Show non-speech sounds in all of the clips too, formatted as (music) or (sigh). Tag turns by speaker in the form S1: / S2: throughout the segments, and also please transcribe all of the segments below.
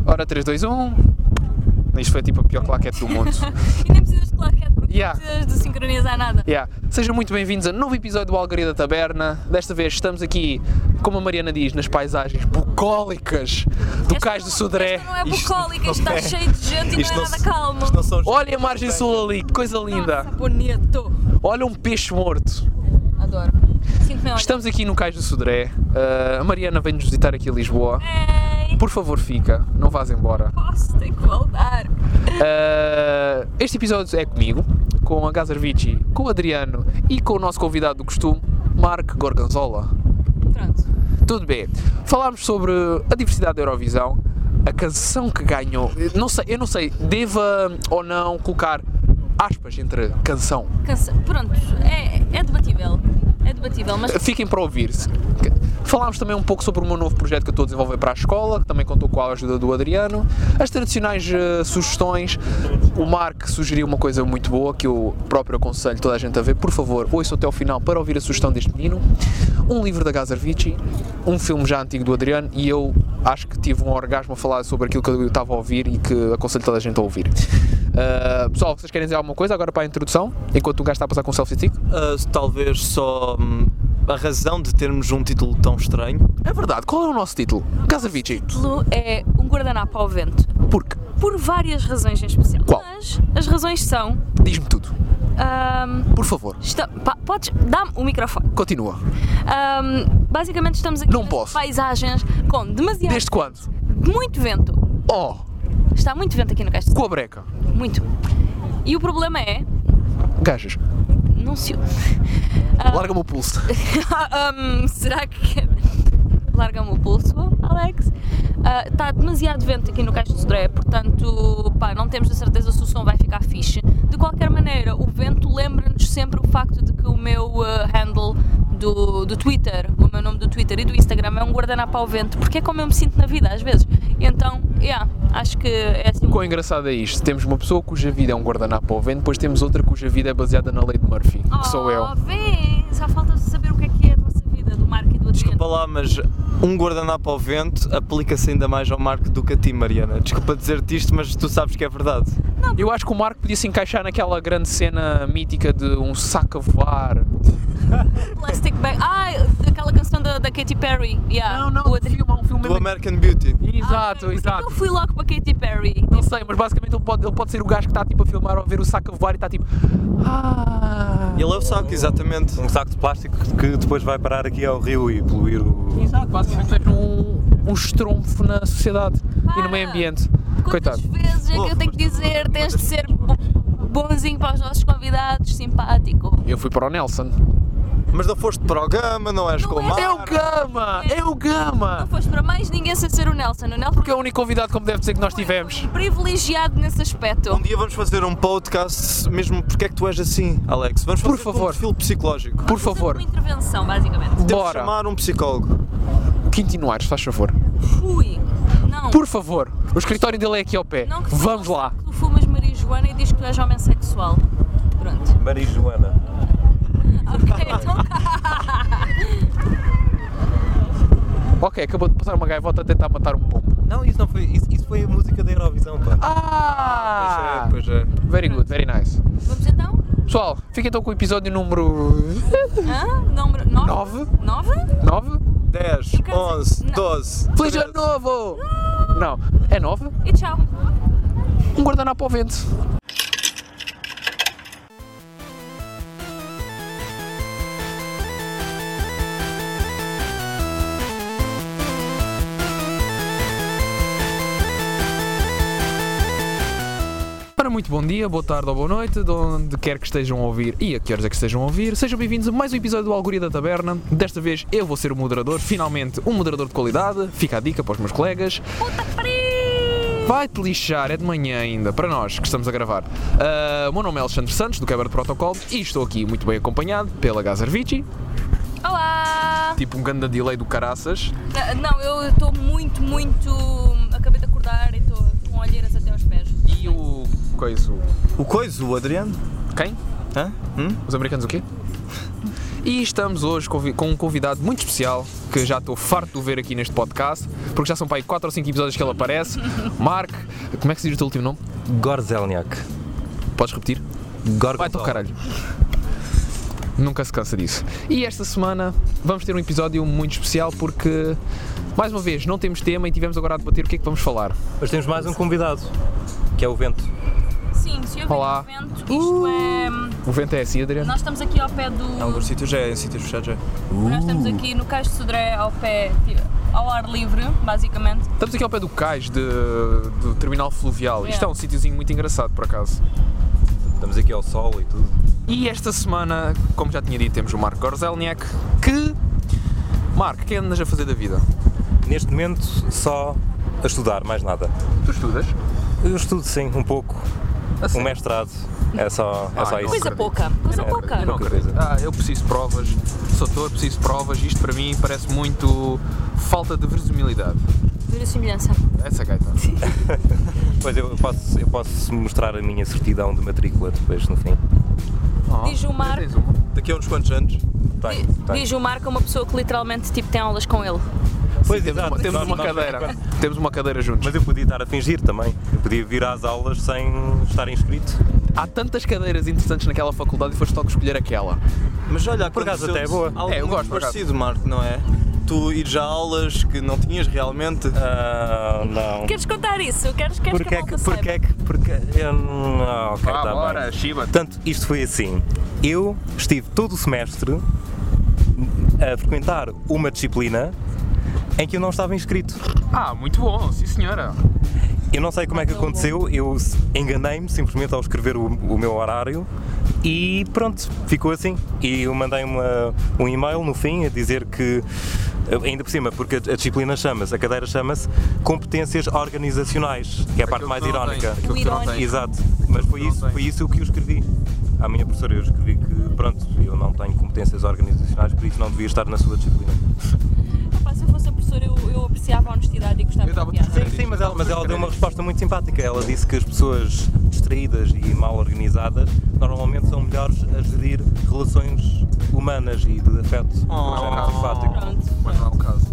S1: agora 3, 2, 1. Isto foi tipo a pior claquete do
S2: (laughs)
S1: mundo.
S2: e nem precisas de claquete, porque
S1: Yeah.
S2: não precisas de sincronizar nada.
S1: Yeah. Sejam muito bem-vindos a novo episódio do Algaria da Taberna. Desta vez estamos aqui, como a Mariana diz, nas paisagens bucólicas do
S2: Esta
S1: Cais do
S2: não-
S1: Sodré.
S2: Esta não é
S3: Isto
S2: bucólica, isto
S3: não
S2: está
S3: é.
S2: cheio de gente e
S3: Isto
S2: não é
S3: não
S2: nada
S3: se-
S2: calmo.
S3: Isto não são os
S1: Olha a margem sul ali, que coisa linda.
S2: Nossa, bonito.
S1: Olha um peixe morto.
S2: Adoro. Sinto-me a olhar.
S1: Estamos aqui no Cais do Sodré. Uh, a Mariana vem-nos visitar aqui a Lisboa.
S2: Ei,
S1: Por favor, fica, não vás embora.
S2: posso, tenho que voltar.
S1: Uh, este episódio é comigo, com a Gazarvici, com o Adriano e com o nosso convidado do costume, Mark Gorgonzola.
S2: Pronto.
S1: Tudo bem. Falámos sobre a diversidade da Eurovisão, a canção que ganhou. Não sei, eu não sei, deva ou não colocar aspas entre canção.
S2: Cansa... Pronto, é, é debatível. É debatível, mas
S1: Fiquem para ouvir-se. Falámos também um pouco sobre o meu novo projeto que eu estou a desenvolver para a escola, que também contou com a ajuda do Adriano. As tradicionais eh, sugestões, o Mark sugeriu uma coisa muito boa que eu próprio aconselho toda a gente a ver. Por favor, ouçam até ao final para ouvir a sugestão deste menino. Um livro da Gazarvici, um filme já antigo do Adriano e eu acho que tive um orgasmo a falar sobre aquilo que eu estava a ouvir e que aconselho toda a gente a ouvir. Eh, pessoal, vocês querem dizer alguma coisa agora para a introdução? Enquanto o gajo está a passar com o selfie stick?
S3: Ah, talvez só hum, a razão de termos um título tão estranho.
S1: É verdade, qual é o nosso título? Gazarvici.
S2: o título é um guardanapo ao vento.
S1: Porque?
S2: Por várias razões em especial.
S1: Qual?
S2: Mas as razões são.
S1: Diz-me tudo.
S2: ahm,
S1: Por favor,
S2: esta- pá, podes. Dá-me o microfone.
S1: continua.
S2: Ahm, basicamente estamos aqui
S1: Não
S2: nas
S1: posso.
S2: paisagens com demasiado.
S1: Desde quando?
S2: Muito vento.
S1: Oh,
S2: Está muito vento aqui no Castro.
S1: com a breca.
S2: Muito. E o problema é.
S1: Gajas,
S2: Não se. (laughs) Ah.
S1: larga-me o pulso.
S2: Ahm, hum, será que. (laughs) Larga-me o pulso, Alex. Ah, Está demasiado vento aqui no Caixa de Sodré, portanto, pá, não temos a certeza se o som vai ficar fixe. De qualquer maneira, o vento lembra-nos sempre o facto de que o meu ah, handle do, do Twitter, o meu nome do Twitter e do Instagram é um guardanapo ao vento, porque é como eu me sinto na vida às vezes. Então, yeah, acho que é assim.
S1: Quão engraçado é isto? Temos uma pessoa cuja vida é um guardanapo ao vento, depois temos outra cuja vida é baseada na lei de Murphy, que sou eu.
S2: Oh, vê, só falta saber o que é que é a nossa vida, do Marco e do Adriano.
S3: Desculpa lá, mas um guardanapo ao vento aplica-se ainda mais ao Marco do que a ti, Mariana. Desculpa dizer-te isto, mas tu sabes que é verdade.
S1: Eu acho que o Marco podia se encaixar naquela grande cena mítica de um saco a voar.
S2: Plastic Bag. Ah, daquela canção da, da Katy Perry. Yeah. O Adri-
S1: filme, há um filme
S3: Do American Beauty.
S1: Exato,
S2: Ah,
S1: exato.
S2: Eu fui logo para Katy Perry.
S1: Não sei, mas basicamente ele pode, ele pode ser o gajo que está tipo a filmar ou a ver o saco a voar e está tipo. Ah.
S3: Ele é o saco, exatamente.
S4: Um saco de plástico que depois vai parar aqui ao rio e poluir o.
S1: Exato, basicamente és um, um estromfo na sociedade e no meio ambiente.
S2: Quantas
S1: Coitado. assim,
S2: vezes é que eu tenho que dizer, tens de ser bo- bonzinho para os nossos convidados, simpático.
S1: Eu fui para o Nelson.
S3: Mas não foste para o Gama, não és
S2: Não
S3: com o
S2: és-
S3: Marco.
S1: É o Gama! É o
S2: Não
S1: Gama!
S2: foste para mais ninguém sem ser o Nelson. O Nelson um
S1: Porque é o único convidado, como deve dizer, que nós tivemos.
S2: privilegiado nesse aspecto.
S3: Um dia vamos fazer um podcast mesmo porque é que tu és assim, Alex. Vamos
S1: Por
S3: fazer um
S1: favor.
S3: perfil psicológico.
S1: Por
S2: Fazer
S1: favor,
S2: Uma intervenção, basicamente.
S3: Temos de
S1: bora!
S3: chamar um psicólogo.
S1: Quintino Aires, faz favor.
S2: Ui. Não.
S1: Por favor, o escritório dele é aqui ao pé.
S2: não que tu-
S1: Vamos lá!
S2: Tu fumas Maria Joana e diz que tu és homem sexual. Pronto.
S4: Marijuana.
S2: Ok, então
S1: Ok, acabou de passar uma gaivota a tentar matar um pombo.
S4: Não, isso não foi. Isso, isso foi a música da Eurovisão, pá.
S1: Ah!
S4: Pois é, pois é.
S1: Very good, very nice.
S2: Vamos então?
S1: Pessoal, fiquem então com o episódio número
S2: Hã? Número 9?
S1: Nove.
S2: 9?
S1: 9.
S3: 10,
S2: quero
S3: 11,
S2: dizer-
S3: 12.
S1: Feliz
S3: 13.
S1: ano novo!
S2: Ah!
S1: Não, é 9?
S2: E tchau.
S1: Um guardanapo ao vento. Ora, muito bom dia, boa tarde ou boa noite, de onde quer que estejam a ouvir e a que horas é que estejam a ouvir. Sejam bem-vindos a mais um episódio do Algoria da Taberna. Desta vez eu vou ser o moderador, finalmente um moderador de qualidade. Fica a dica para os meus colegas.
S2: Puta que pariu!
S1: Vai-te lixar, é de manhã ainda, para nós que estamos a gravar. Ah, o meu nome é Alexandre Santos, do Quebra de Protocolo, e estou aqui muito bem acompanhado pela Gazarvici,
S2: Olá!
S1: tipo um grande delay do caraças.
S2: N- Não, eu estou muito, muito. Acabei de acordar e estou com olheiras até aos pés.
S1: E o. Coiso.
S3: O coiso, o Adriano?
S1: Quem?
S3: Hã? Hum?
S1: Os americanos o quê? E estamos hoje convi- com um convidado muito especial que já estou farto de o ver aqui neste podcast. porque já são para aí 4 ou 5 episódios que ele aparece. Mark, como é que se diz o teu último nome?
S5: Gorzelniak.
S1: Podes repetir? Vai teu caralho. Nunca se cansa disso. E esta semana vamos ter um episódio muito especial porque, mais uma vez, não temos tema e tivemos agora a debater o que é que vamos falar.
S5: Mas temos mais um convidado, que é o vento.
S2: Sim, se houver
S1: Olá.
S2: evento, isto é.
S1: O vento é assim, Adriano?
S2: Nós estamos aqui ao pé do.
S3: Alguns sítios já é, em sítios fechados já é.
S2: Nós estamos aqui no Cais de Sodré ao pé, tipo, ao ar livre, basicamente.
S1: Estamos aqui ao pé do cais de- do terminal fluvial. Isto é um sítiozinho muito engraçado, por acaso.
S5: Estamos aqui ao sol e tudo.
S1: E esta semana, como já tinha dito, temos o Marco Gorzelniak, que... Marco, o que andas a fazer da vida?
S5: Neste momento, só a estudar, mais nada.
S1: Tu estudas?
S5: Eu estudo sim, um pouco. Um mestrado. É só, é
S1: Ai,
S5: só
S1: não.
S5: isso.
S2: Coisa
S1: acredito.
S2: pouca, coisa
S1: Eu não
S2: pouca.
S1: acredito, eu não acredito. Ah, eu preciso de provas, sou ator, preciso de provas, isto para mim parece muito falta de verosimilidade.
S2: Verossimilhança.
S1: Essa é gaita.
S5: Pois eu posso, eu posso mostrar a minha certidão de matrícula depois no fim.
S1: Oh,
S2: Diz o Marco.
S1: tens uma.
S3: Daqui a uns quantos anos?
S5: Tenho, tenho.
S2: Diz o Marco é uma pessoa que literalmente tipo, tem aulas com ele.
S5: Pois
S1: Temos
S5: exato,
S1: uma, temos
S5: nós-
S1: uma
S5: nós-
S1: cadeira. Temos uma cadeira juntos.
S5: Mas eu podia estar a fingir também. Eu podia vir às aulas sem estar inscrito.
S1: Há tantas cadeiras interessantes naquela faculdade e foste logo escolher aquela.
S3: Mas olha,
S5: Por acaso
S3: aconteceu-te
S5: até é boa.
S3: Algo
S1: É, eu
S3: muito
S1: gosto, por acaso.
S3: parecido, Marco, não é? Tu ires a aulas que não tinhas realmente.
S5: Ah, não.
S2: Queres contar isso? Queres, queres
S5: Porque
S2: que a
S5: é que,
S2: malta
S5: porque
S2: saiba?
S5: é que, porque eu não, ok, tá bem.
S1: Shiba.
S5: Portanto, isto foi assim. Eu estive todo o semestre a frequentar uma disciplina em que eu não estava inscrito.
S1: Ah, muito bom, sim senhora.
S5: Eu não sei como é que aconteceu, eu s- enganei-me simplesmente ao escrever o, o meu horário e pronto, ficou assim. E eu mandei uma, um e-mail no fim a dizer que, eh, ainda por cima, porque a, a disciplina chama-se, a cadeira chama-se Competências Organizacionais, que é a parte mais irónica.
S1: Aquilo que tu não
S2: O
S1: tens.
S5: Exato, mas foi
S1: Não
S5: isso,
S1: tens.
S5: foi isso que eu escrevi. À minha professora, eu escrevi que, pronto, eu não tenho competências organizacionais, por isso não devia estar na sua disciplina.
S2: Pá, se eu fosse a professora, eu, eu apreciava a honestidade e gostava
S1: Eu dava
S2: da piada.
S5: Sim, sim, mas ela, mas ela deu uma resposta muito simpática. Ela disse que as pessoas distraídas e mal organizadas normalmente são melhores a gerir relações humanas e de afeto. Isso é muito simpático.
S2: Pronto.
S1: Mas não é o caso.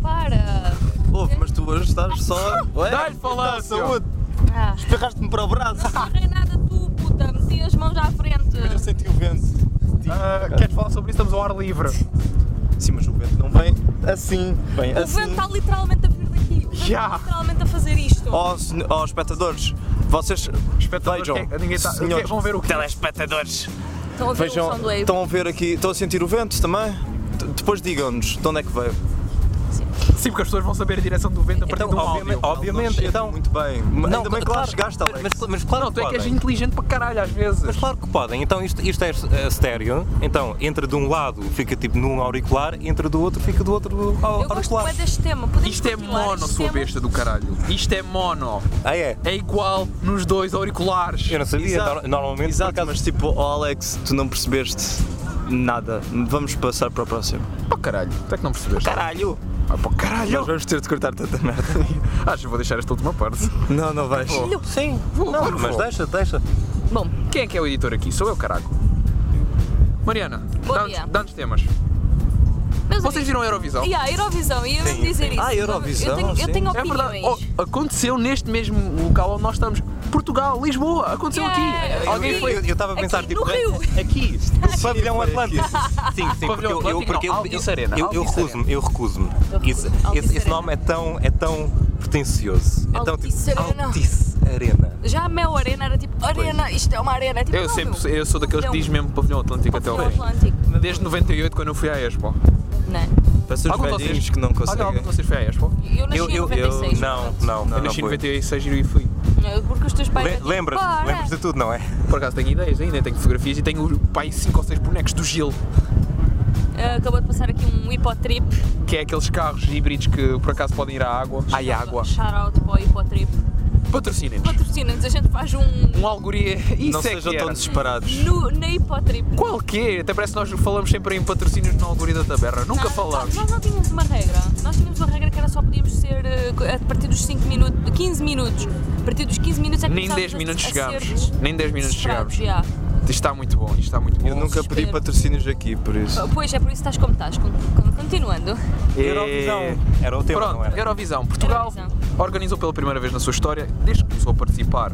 S2: Para!
S3: Ouve, mas tu hoje estás só. Ué,
S1: Dá-lhe falância.
S3: Saúde!
S1: (laughs)
S2: Ah,
S3: Ferraste-me para o braço!
S2: não é nada tu, puta, meti as mãos à frente.
S3: Eu senti o vento.
S1: Ah, queres falar sobre isso? Estamos ao ar livre.
S3: Sim, mas o vento não vem assim. Vem
S2: O vento tá- está literalmente a vir daqui. O vento
S1: Yeah.
S2: está literalmente a fazer isto.
S1: Oh,
S3: Ó sen- ó, espectadores, vocês
S1: Espectadores,
S3: vejam,
S1: que- ninguém tá- o que-
S3: senhores,
S1: vão ver o quê?
S3: telespectadores,
S2: Estão a ver o som do
S3: vejam,
S2: wave.
S3: estão a ver aqui, estão a sentir o vento também? D- Depois digam-nos de onde é que veio.
S1: Sim, porque as pessoas vão saber a direção do vento a partir
S5: Então,
S1: de um
S5: obviamente-
S1: áudio.
S5: Obviamente,
S3: Não, não
S5: então-
S3: Muito bem, não, ainda bem que lá chegaste, Alex.
S5: mas, mas claro
S1: Não, tu
S5: que
S1: é que
S5: podem.
S1: és inteligente para caralho às vezes.
S5: Mas claro que podem. Então isto, isto é eh, estéreo. Então entra de um lado, fica tipo num auricular, entra do outro, fica do outro au-
S2: Eu gosto
S5: auricular.
S2: bem deste tema. Podemos
S1: Isto é
S2: continuar
S1: mono,
S2: este
S1: sua
S2: tema?
S1: besta do caralho. Isto é mono.
S5: Ah, é?
S1: É igual nos dois auriculares.
S5: Eu não sabia. tá
S3: Exato.
S5: Nor- Normalmente,
S3: Exato,
S5: por acaso,
S3: mas tipo, ó Alex, tu não percebeste nada. Vamos passar para o próximo.
S1: Pá caralho, tu é que não percebeste?
S3: Caralho!
S1: Ah, pá caralho.
S3: Nós vamos ter de cortar tanta merda.
S1: Acho que vou deixar esta última parte.
S3: Não, não vais.
S5: Sim,
S1: Vou,
S5: não,
S1: claro que
S5: mas
S1: vou.
S5: deixa, deixa.
S2: Bom,
S1: Quem é que é o editor aqui? Sou eu, caralho. Mariana,
S2: Bom
S1: dá-nos
S2: dia.
S1: dá-nos temas.
S2: meus
S1: Vocês
S2: amigos.
S1: viram a Eurovisão?
S2: E a Eurovisão, e eu ia dizer isso.
S3: Ah, Eurovisão,
S2: Eu tenho, eu
S3: sim.
S2: tenho
S1: É verdade.
S2: opiniões.
S1: Oh, aconteceu neste mesmo local onde nós estamos. Portugal, Lisboa, aconteceu
S2: Yeah.
S1: aqui. Alguém
S2: Eu-
S1: foi.
S5: Eu estava a pensar,
S2: Aqui
S5: tipo,
S2: no Rio.
S5: é- aqui, no pavilhão
S3: foi aqui.
S5: Atlântico. Sim, sim, porque
S1: Pavilhão
S5: eu, eu,
S1: Atlântico,
S5: porque
S1: não,
S5: eu,
S1: Altice Arena,
S5: eu, eu,
S1: Altice
S5: recuso-me, eu recuso-me. Isso-
S2: Altice
S5: Esse, esse
S2: Arena.
S5: nome é tão, é tão pretencioso. É tão tipo,
S2: Altice Arena.
S5: Altice Arena.
S2: Já a Mel Arena era tipo, arena, isto é uma arena. É Tipo,
S1: Eu então
S2: não,
S1: sempre
S2: meu.
S1: eu sou daqueles que diz mesmo pavilhão atlântico até
S2: Pavilhão
S1: ao fim.
S2: Atlântico. né?
S1: Desde 98 quando eu fui à Expo.
S2: Não.
S3: Para ser os
S1: Algum de
S3: velhinhos
S1: vocês
S3: que não
S1: Algum- Algum
S3: conseguem.
S1: de vocês foi à Expo?
S2: Eu nasci
S5: Eu,
S2: em
S5: eu, eu,
S2: 96.
S5: não,
S2: portanto.
S5: não, não.
S1: Eu nasci em
S5: não fui.
S1: 96 e fui.
S2: Não, Porque os teus pais.
S5: Le-
S2: eram tipo,
S5: Lembras-te,
S2: "Bora".
S5: lembras de tudo, não é?
S1: Por acaso tenho ideias ainda, tenho fotografias e tenho pai 5 ou 6 bonecos do Gil,
S2: Ah, Acabou de passar aqui um hipotrip.
S1: que é aqueles carros híbridos que por acaso podem ir à água. Ai água.
S2: Shout out para o hipotrip.
S1: Patrocinem-nos.
S2: Patrocina-nos, a gente faz um.
S1: Um algoria. Isso
S3: Não
S1: é
S3: sejam
S1: que
S3: tão
S1: era.
S3: desesperados.
S2: No, na hipotrip.
S1: Qual que é? Até parece que nós falamos sempre em patrocínios no algoria da taberna. Nunca
S2: Nós-
S1: falamos.
S2: Nós não tínhamos uma regra. Nós tínhamos uma regra que era só podíamos ser eh, co- a partir dos 5 minutos, 15 minutos. A partir dos 15 minutos é que
S1: Nem
S2: começávamos
S1: 10
S2: a-
S1: minutos
S2: a ser
S1: chegámos. Nem 10 minutos
S2: desesperados,
S1: chegámos.
S2: já.
S1: Isto está muito bom, isto está muito bom.
S3: Eu nunca pedi
S2: Espero.
S3: patrocínios aqui, por isso.
S2: Pois, é por isso que estás como estás. Con- con- Continuando.
S5: Eurovisão.
S3: É.
S5: Era o tempo, não
S1: Pronto,
S5: era?
S1: Eurovisão. Portugal
S2: Eurovisão.
S1: organizou pela primeira vez na sua história, desde que começou a participar,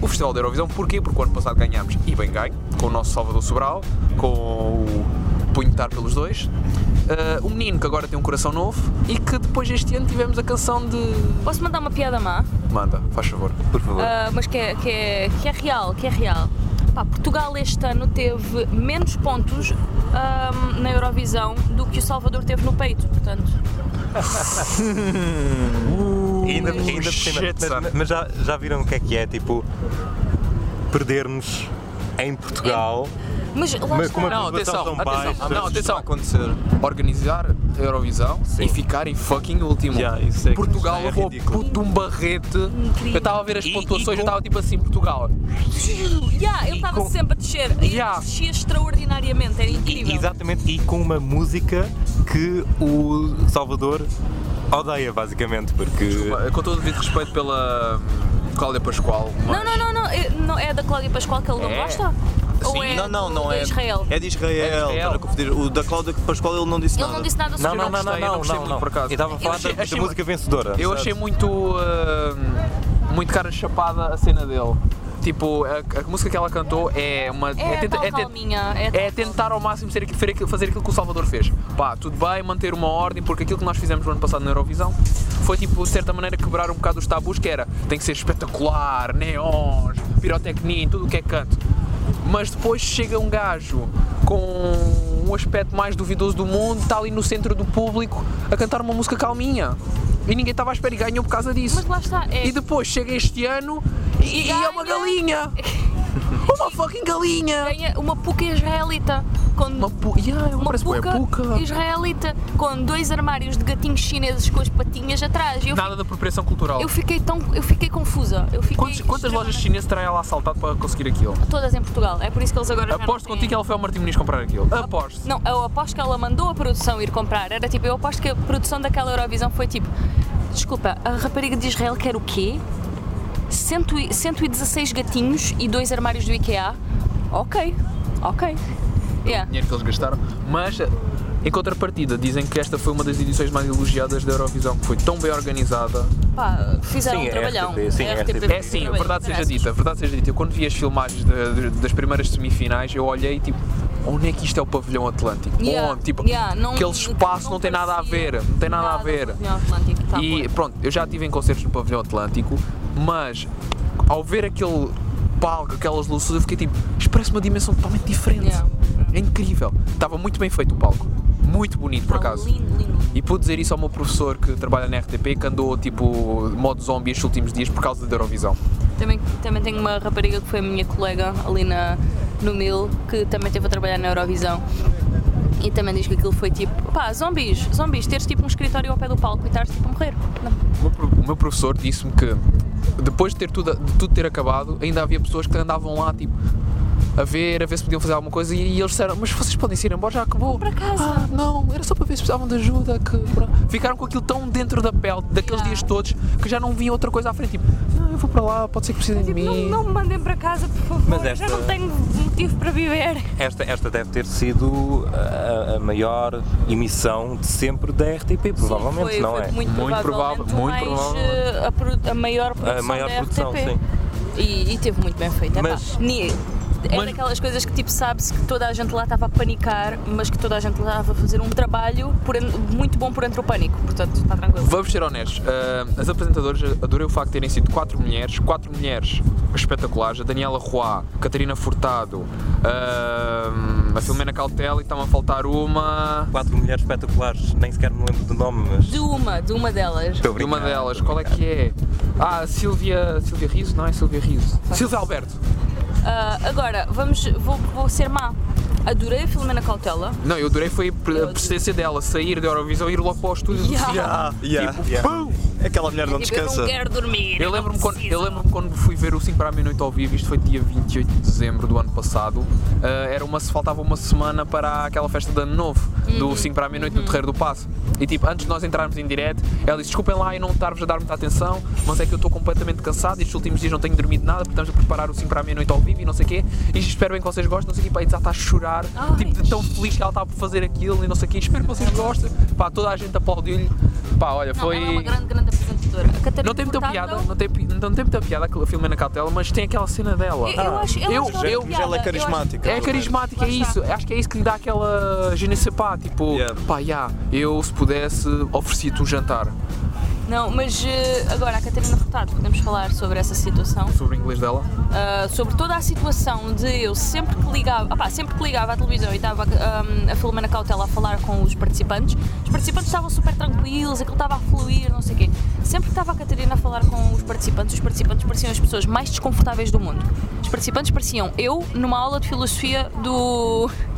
S1: o Festival da Eurovisão. Porquê? Porque o ano passado ganhámos, e bem ganho, com o nosso Salvador Sobral, com o Punho de Tar pelos dois. Uh, um menino que agora tem um coração novo e que depois este ano tivemos a canção de.
S2: Posso mandar uma piada má?
S1: Manda, faz favor.
S5: Por favor.
S2: Ah, mas que é, que, é, que é real, que é real. Pá, Portugal este ano teve menos pontos ahm, na Eurovisão do que o Salvador teve no peito, portanto.
S5: ainda, ainda por cima.
S1: shit, son.
S5: Mas, mas já, já viram o que é que é? Tipo, perdermos em Portugal.
S2: Mas lá
S5: Mas
S2: está.
S5: como é
S1: Não,
S5: Mas
S1: atenção,
S5: são baixos,
S1: atenção, não,
S3: Isso está
S1: atenção.
S3: a acontecer.
S1: Organizar a Eurovisão e ficar em fucking último.
S3: Yeah, isso é que
S1: Portugal
S3: é
S1: levou
S3: ridículo.
S1: puto de um barrete. Eu estava a ver as
S5: E-
S1: pontuações,
S5: e
S1: eu estava tipo assim: Portugal,
S2: Yeah, eu estava
S5: com-
S2: sempre a descer. e
S1: Yeah.
S2: Descia extraordinariamente, era
S5: E-
S2: incrível.
S5: exatamente, e com uma música que o Salvador odeia, basicamente, porque.
S1: Desculpa, Eh, com todo o devido respeito pela hum, Cláudia Pascoal.
S2: Não, não, não, não, é, não é da Cláudia Pascoal que ele não
S1: É.
S2: gosta? Ou é
S3: não, não,
S2: do-
S3: não
S2: do
S3: é.
S2: Israel?
S3: É de Israel.
S1: Israel.
S3: Para confundir. O da Cláudia Pascoal ele não disse
S2: Ele
S3: nada.
S2: não disse nada sobre
S1: não, não, não, não, não.
S5: Eu estava a falar da,
S1: achei-
S5: da
S1: achei-
S5: música vencedora.
S1: Eu achei muito. hum, muito cara chapada a cena dele. Tipo, a, a música que ela cantou é uma.
S2: É,
S1: tenta-
S2: tal
S1: é ten-
S2: calminha. É,
S1: é
S2: tal-
S1: tentar ao máximo ser aqui- fer- aquilo- fazer aquilo que o Salvador fez. Pá, tudo bem, manter uma ordem, porque aquilo que nós fizemos no ano passado na Eurovisão foi, tipo, de certa maneira, quebrar um bocado os tabus, que era tem que ser espetacular, neons, pirotecnia, tudo o que é canto. Mas depois chega um gajo com um aspecto mais duvidoso do mundo, está ali no centro do público a cantar uma música calminha. E ninguém estava à espera e ganhou por causa disso.
S2: Mas lá está. É,
S1: E depois chega este ano e, e é uma
S2: Ganha. É
S1: galinha!
S2: (laughs)
S1: Uma fucking galinha!
S2: ganha uma puca israelita. Com
S1: Uma pu... Yeah, eu
S2: uma
S1: parece bué
S2: puca é
S1: puca.
S2: israelita com dois armários de gatinhos chineses com as patinhas atrás. Eu,
S1: Nada da apropriação cultural.
S2: eu fiquei tão eu fiquei confusa. Eu fiquei
S1: Quantos- quantas lojas
S2: extremamente-
S1: chinesas terá ela assaltado para conseguir aquilo?
S2: Todas em Portugal. É por isso que eles agora já não
S1: Aposto
S2: têm-
S1: contigo que ela foi ao Martim Muniz comprar aquilo. Aposto.
S2: Não, eu aposto que ela mandou a produção ir comprar. Era tipo, eu aposto que a produção daquela Eurovisão foi tipo: desculpa, a rapariga de Israel quer o quê? Cento e- 116 gatinhos e dois armários do IKEA? Ok, ok. Yeah.
S1: Dinheiro que eles gastaram. Mas, em contrapartida, dizem que esta foi uma das edições mais elogiadas da Eurovisão, que foi tão bem organizada.
S2: Pá, fizeram
S5: Sim,
S2: um
S5: é
S2: trabalhão.
S5: RTP, sim,
S2: A
S5: RTP.
S2: fez
S1: É
S2: um
S1: sim,
S2: trabalho,
S1: verdade seja
S2: graças.
S1: dita, verdade seja dita. Eu quando vi as filmagens de- de- das primeiras semifinais, eu olhei tipo, onde é que isto é o pavilhão atlântico?
S2: Yeah,
S1: onde? Tipo,
S2: yeah, não-
S1: aquele espaço não, tem nada a
S2: parecia
S1: ver, não tem nada, a
S2: nada
S1: ver.
S2: com o Pavilhão Atlântico, tá
S1: E
S2: bom.
S1: pronto, eu já estive em concertos no Pavilhão Atlântico, mas ao ver aquele palco, aquelas luzes, eu fiquei tipo, isto parece uma dimensão totalmente diferente.
S2: Yeah.
S1: É incrível. Estava muito bem feito o palco. Muito bonito, por
S2: Tá
S1: acaso.
S2: Lindo, lindo.
S1: E pude dizer isso ao meu professor que trabalha na RTP, que andou tipo modo zombie estes últimos dias por causa da Eurovisão.
S2: Também, também tenho uma rapariga que foi a minha colega ali na, no Mil, que também esteve a trabalhar na Eurovisão. E também diz que aquilo foi tipo, pá, zombies, zombies, teres tipo um escritório ao pé do palco e estares tipo a morrer. Não.
S1: O meu pro- O meu professor disse-me que depois de, ter tudo, de tudo ter acabado, ainda havia pessoas que andavam lá tipo a ver, a ver se podiam fazer alguma coisa e, e eles disseram, mas vocês podem se ir embora, já acabou.
S2: para casa."
S1: Ah, não, era só para ver se precisavam de ajuda. Que... pronto." Ficaram com aquilo tão dentro da pele, daqueles
S2: Yeah.
S1: dias todos, que já não vinha outra coisa à frente, tipo, não, eu vou para lá, pode ser que precisem de
S2: tipo, Não,
S1: mim.
S2: não me mandem para casa, por favor,
S5: Mas
S2: já
S5: esta-
S2: não tenho motivo para viver.
S5: Esta, esta deve ter sido uh, a, a maior emissão de sempre da RTP, provavelmente,
S2: foi,
S5: não
S2: foi
S5: é?
S2: Muito,
S1: Muito provável,
S2: provavelmente
S1: muito
S2: mais,
S1: provável.
S2: eh, A, produ- a maior produção.
S5: a maior
S2: da
S5: produção,
S2: RTP.
S5: sim.
S2: E, e teve muito bem feito. epá.
S5: Mas-
S2: Ni- é
S1: mas-
S2: daquelas coisas que tipo sabe-se que toda a gente lá estava a panicar, mas que toda a gente lá estava a fazer um trabalho por en- muito bom por entre o pânico, portanto está tranquilo.
S1: Vamos ser honestos, ah, as apresentadoras adorei o facto de terem sido quatro mulheres, quatro mulheres espetaculares, a Daniela Roy, Catarina Furtado, ah, a Filomena Cautela e está-me a faltar uma.
S5: Quatro mulheres espetaculares, nem sequer me lembro do nome, mas.
S2: De uma, de uma delas.
S5: Estou a
S1: E
S5: brincar,
S1: uma delas,
S5: estou a
S1: qual é que é? Ah, a Silvia. Silvia Riso? Não é Silvia Riso. Silvia Alberto.
S2: Ah, agora, vamos, vou, vou ser má. Adorei a Filomena Cautela.
S5: (laughs)
S1: Não, eu adorei foi a persistência dela, sair da Eurovisão e ir logo para o estúdio do
S2: Yeah.
S1: festival.
S3: Ah, yeah, yeah. Aquela mulher não
S2: Tipo, eu
S3: descansa.
S2: não quero dormir.
S1: Eu
S2: não
S1: lembro-me quando,
S2: preciso.
S1: eu lembro-me quando fui ver o 5 para a meia-noite ao vivo, isto foi dia eh, 28 de dezembro do ano passado, ah, era uma, se- faltava uma semana para aquela festa de ano novo.
S2: Uhum,
S1: do 5 para a meia-noite no Terreiro do Passo. E tipo, antes de nós entrarmos em direto, ela disse: desculpem lá e não estar-vos a dar muita atenção, mas é que eu estou completamente cansado. Estes últimos dias não tenho dormido nada, porque estamos a preparar o 5 para a meia-noite ao vivo e não sei o quê. E espero bem que vocês gostem. Não sei o quê, pá, e já está a chorar,
S2: Ai.
S1: tipo, de tão feliz que ela está por fazer aquilo e não sei o quê. Espero que vocês gostem. Pá, toda a gente aplaudiu-lhe. Pá, olha,
S2: Não,
S1: foi.
S2: ela é uma grande, grande apresentadora. A Catarina
S1: Não tem muita
S2: Furtado,
S1: piada, não tem, pi- não tem muita piada a Filomena Cautela, mas tem aquela cena dela.
S2: Eu, eu acho, eu,
S1: Eu-
S2: acho que
S1: eu- mas
S2: tem piada.
S3: Ah. ela é
S2: Eu acho-
S3: carismática.
S1: É carismático, é
S2: Lá
S1: isso.
S2: está.
S1: Acho que é isso que lhe dá aquela genicipá, tipo,
S3: Yeah.
S1: pá, yeah, eu se pudesse oferecia-te um jantar
S2: Não, mas eh, agora a Catarina Furtado, podemos falar sobre essa situação,
S1: sobre o inglês dela.
S2: Ah, sobre toda a situação de eu sempre que ligava, opá, sempre que ligava à televisão e estava ahm, a Filomena Cautela a falar com os participantes, os participantes estavam super tranquilos, aquilo estava a fluir, não sei o quê. Sempre que estava a Catarina a falar com os participantes, os participantes pareciam as pessoas mais desconfortáveis do mundo. Os participantes pareciam eu numa aula de filosofia do. (laughs)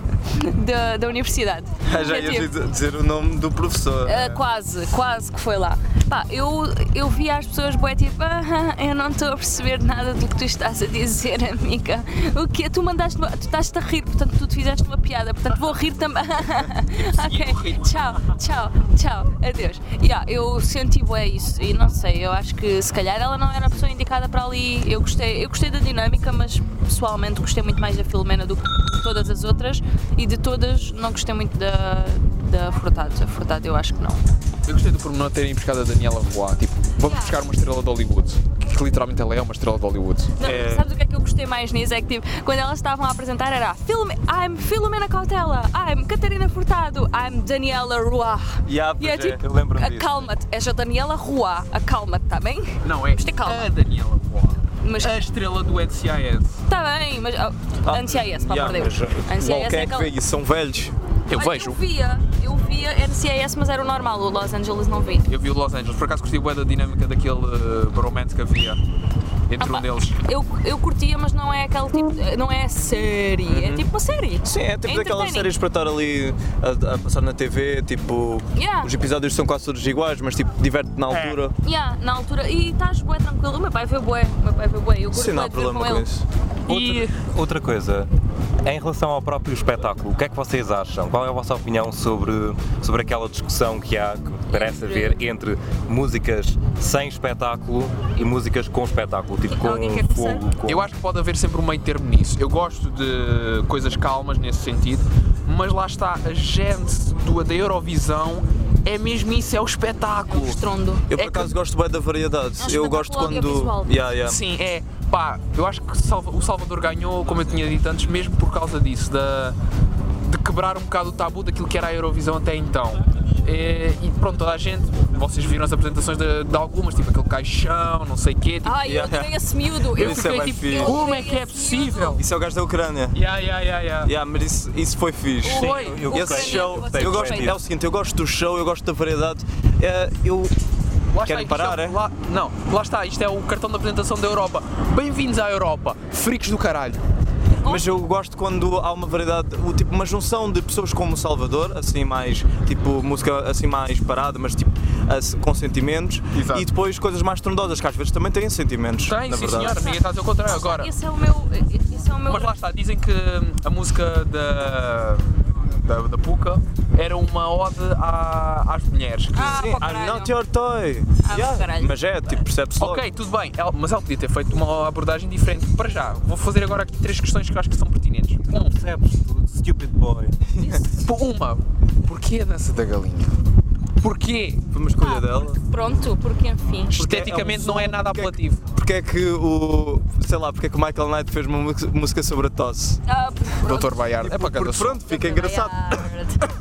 S2: Da, da universidade.
S3: (laughs) Já
S2: É tipo,
S3: ia dizer o nome do professor.
S2: Ah, quase, quase que foi lá. Pá, eu, eu vi as pessoas boé tipo, "Ah, eu não estou a perceber nada do que tu estás a dizer, amiga. O que Tu mandaste uma, tu estás-te a rir, portanto tu te fizeste uma piada, portanto vou rir também. (laughs) ok, tchau, tchau, tchau, adeus. Yeah, eu senti bué isso e não sei, eu acho que se calhar ela não era a pessoa indicada para ali. Eu gostei, eu gostei da dinâmica, mas pessoalmente gostei muito mais da Filomena do que de todas as outras e de todas não gostei muito da, da Furtado. A Furtado eu acho que não.
S1: Eu gostei do pormenor terem buscado a Daniela Roa, tipo, vamos
S2: Yeah.
S1: buscar uma estrela de Hollywood. Que literalmente ela é uma estrela de Hollywood.
S2: Não,
S1: É-
S2: Sabes o que é que eu gostei mais nisso? É que tipo, quando elas estavam a apresentar era Filome I'm Filomena Cautela, I'm Catarina Furtado, I'm Daniela Roa.
S3: Yeah,
S2: E é
S3: pois é,
S2: tipo,
S3: eu lembro-me disso.
S2: acalma-te, és a Daniela Roa, acalma-te, tá bem?
S1: Não, é
S2: ter calma.
S1: a Daniela Roa.
S2: Mas
S3: É.
S1: A estrela do NCIS.
S2: tá bem, mas oh,
S3: Ah,
S2: anti-AS, pelo amor de Deus.
S3: Uau,
S2: Anti-AS
S3: quem é
S2: é
S3: que
S2: calma.
S3: vê isso? São velhos.
S1: Eu
S2: Olha,
S1: vejo.
S2: Eu via, eu via NCIS, mas era o normal, o Los Angeles não vi.
S1: Eu vi o Los Angeles. Por acaso curti bué da dinâmica daquele uh, bromance que havia entre um
S2: pá.
S1: deles.
S2: Eu, eu curtia, mas não é aquele tipo, não é série, é tipo uma série.
S3: Uhum. Sim, é tipo daquelas
S2: entertaining.
S3: séries para estar ali a, a passar na TV, tipo.
S2: Yeah.
S3: Os episódios são quase todos iguais, mas tipo, diverte-te na altura.
S2: Yeah, na altura, e estás bué tranquilo, o meu pai foi bué, o meu pai foi bué, eu curto
S3: Sim, não
S2: bué
S3: há
S2: de ver
S3: problema
S2: com
S3: com
S2: ele.
S3: isso.
S1: E-
S5: Outra, outra coisa, em relação ao próprio espetáculo, o que é que vocês acham? Qual é a vossa opinião sobre, sobre aquela discussão que há, que parece haver, entre músicas sem espetáculo e músicas com espetáculo? Tipo, com
S2: Alguém quer começar?
S5: fogo, com...
S1: Eu acho que pode haver sempre um meio termo nisso. Eu gosto de coisas calmas nesse sentido, mas lá está, a gente do, da Eurovisão é mesmo isso, é o
S2: É um
S1: espetáculo.
S2: estrondo.
S3: Eu
S1: É
S3: por
S1: que-
S3: acaso gosto bem da variedade.
S2: É um
S3: Eu gosto
S2: espetáculo
S3: quando.
S2: audiovisual.
S3: Yeah, yeah.
S1: Sim, é. Pá, eu acho que Salva- o Salvador ganhou, como eu tinha dito antes, mesmo por causa disso, da, de quebrar um bocado o tabu daquilo que era a Eurovisão até então. É, E, pronto, toda a gente, vocês viram as apresentações de, de algumas, tipo aquele caixão, não sei o quê. Tipo,
S2: Ai,
S3: Yeah.
S2: eu odeio esse miúdo. Eu assim,
S1: eu
S3: isso é
S1: fiquei
S3: bem
S1: tipo,
S3: fixe.
S1: como é que é
S2: Esse
S1: possível?
S3: Isso é o gajo da Ucrânia.
S1: Yeah, yeah, yeah, yeah.
S3: Yeah, mas isso, isso foi fixe.
S2: Sim, Oi, eu- eu
S3: Esse
S2: gostei.
S3: show.
S2: Gostei,
S3: Eu gosto,
S2: gostei.
S3: é o seguinte, eu gosto do show, eu gosto da variedade. É, eu.
S1: Lá
S3: Querem
S1: isto
S3: parar,
S1: é,
S3: é?
S1: lá- não, lá está, isto é o cartão de apresentação da Europa. Bem-vindos à Europa, fricos do caralho.
S3: Mas eu gosto quando há uma variedade, o tipo, uma junção de pessoas como o Salvador, assim mais, tipo, música assim mais parada, mas tipo, as- com sentimentos.
S1: Exato.
S3: E depois coisas mais trondosas, que às vezes também têm sentimentos.
S1: Tem,
S3: na
S1: sim
S3: verdade.
S1: senhora, ninguém está a dizer o contrário agora.
S2: Esse é o meu. Esse é o meu.
S1: Mas lá está, dizem que hum, a música da, da, da Puca era uma ode à- às mulheres. que-
S2: Ah,
S3: Sim,
S2: pá,
S3: I'm
S2: caralho.
S3: not your toy.
S2: Ah, pá, caralho.
S3: Mas é, tipo, percebe-se logo.
S1: Ok, tudo bem, ela- mas ela podia ter feito uma abordagem diferente. Para já, vou fazer agora aqui três questões que eu acho que são pertinentes. Um,
S4: Percebes, tu, stupid boy.
S1: pô, uma, porquê a dança da galinha? Porquê?
S3: Foi uma escolha
S2: Ah,
S3: dela.
S2: Pronto, porque enfim.
S1: Esteticamente
S3: é um
S1: não é nada
S3: som que é que-
S1: apelativo.
S3: Porque é que o. Sei lá, porque é que o Michael Knight fez uma mu- música sobre a tosse?
S2: Ah, pronto.
S1: Doutor Baiardo, é para cada
S3: Porque
S1: som.
S3: pronto, fica engraçado.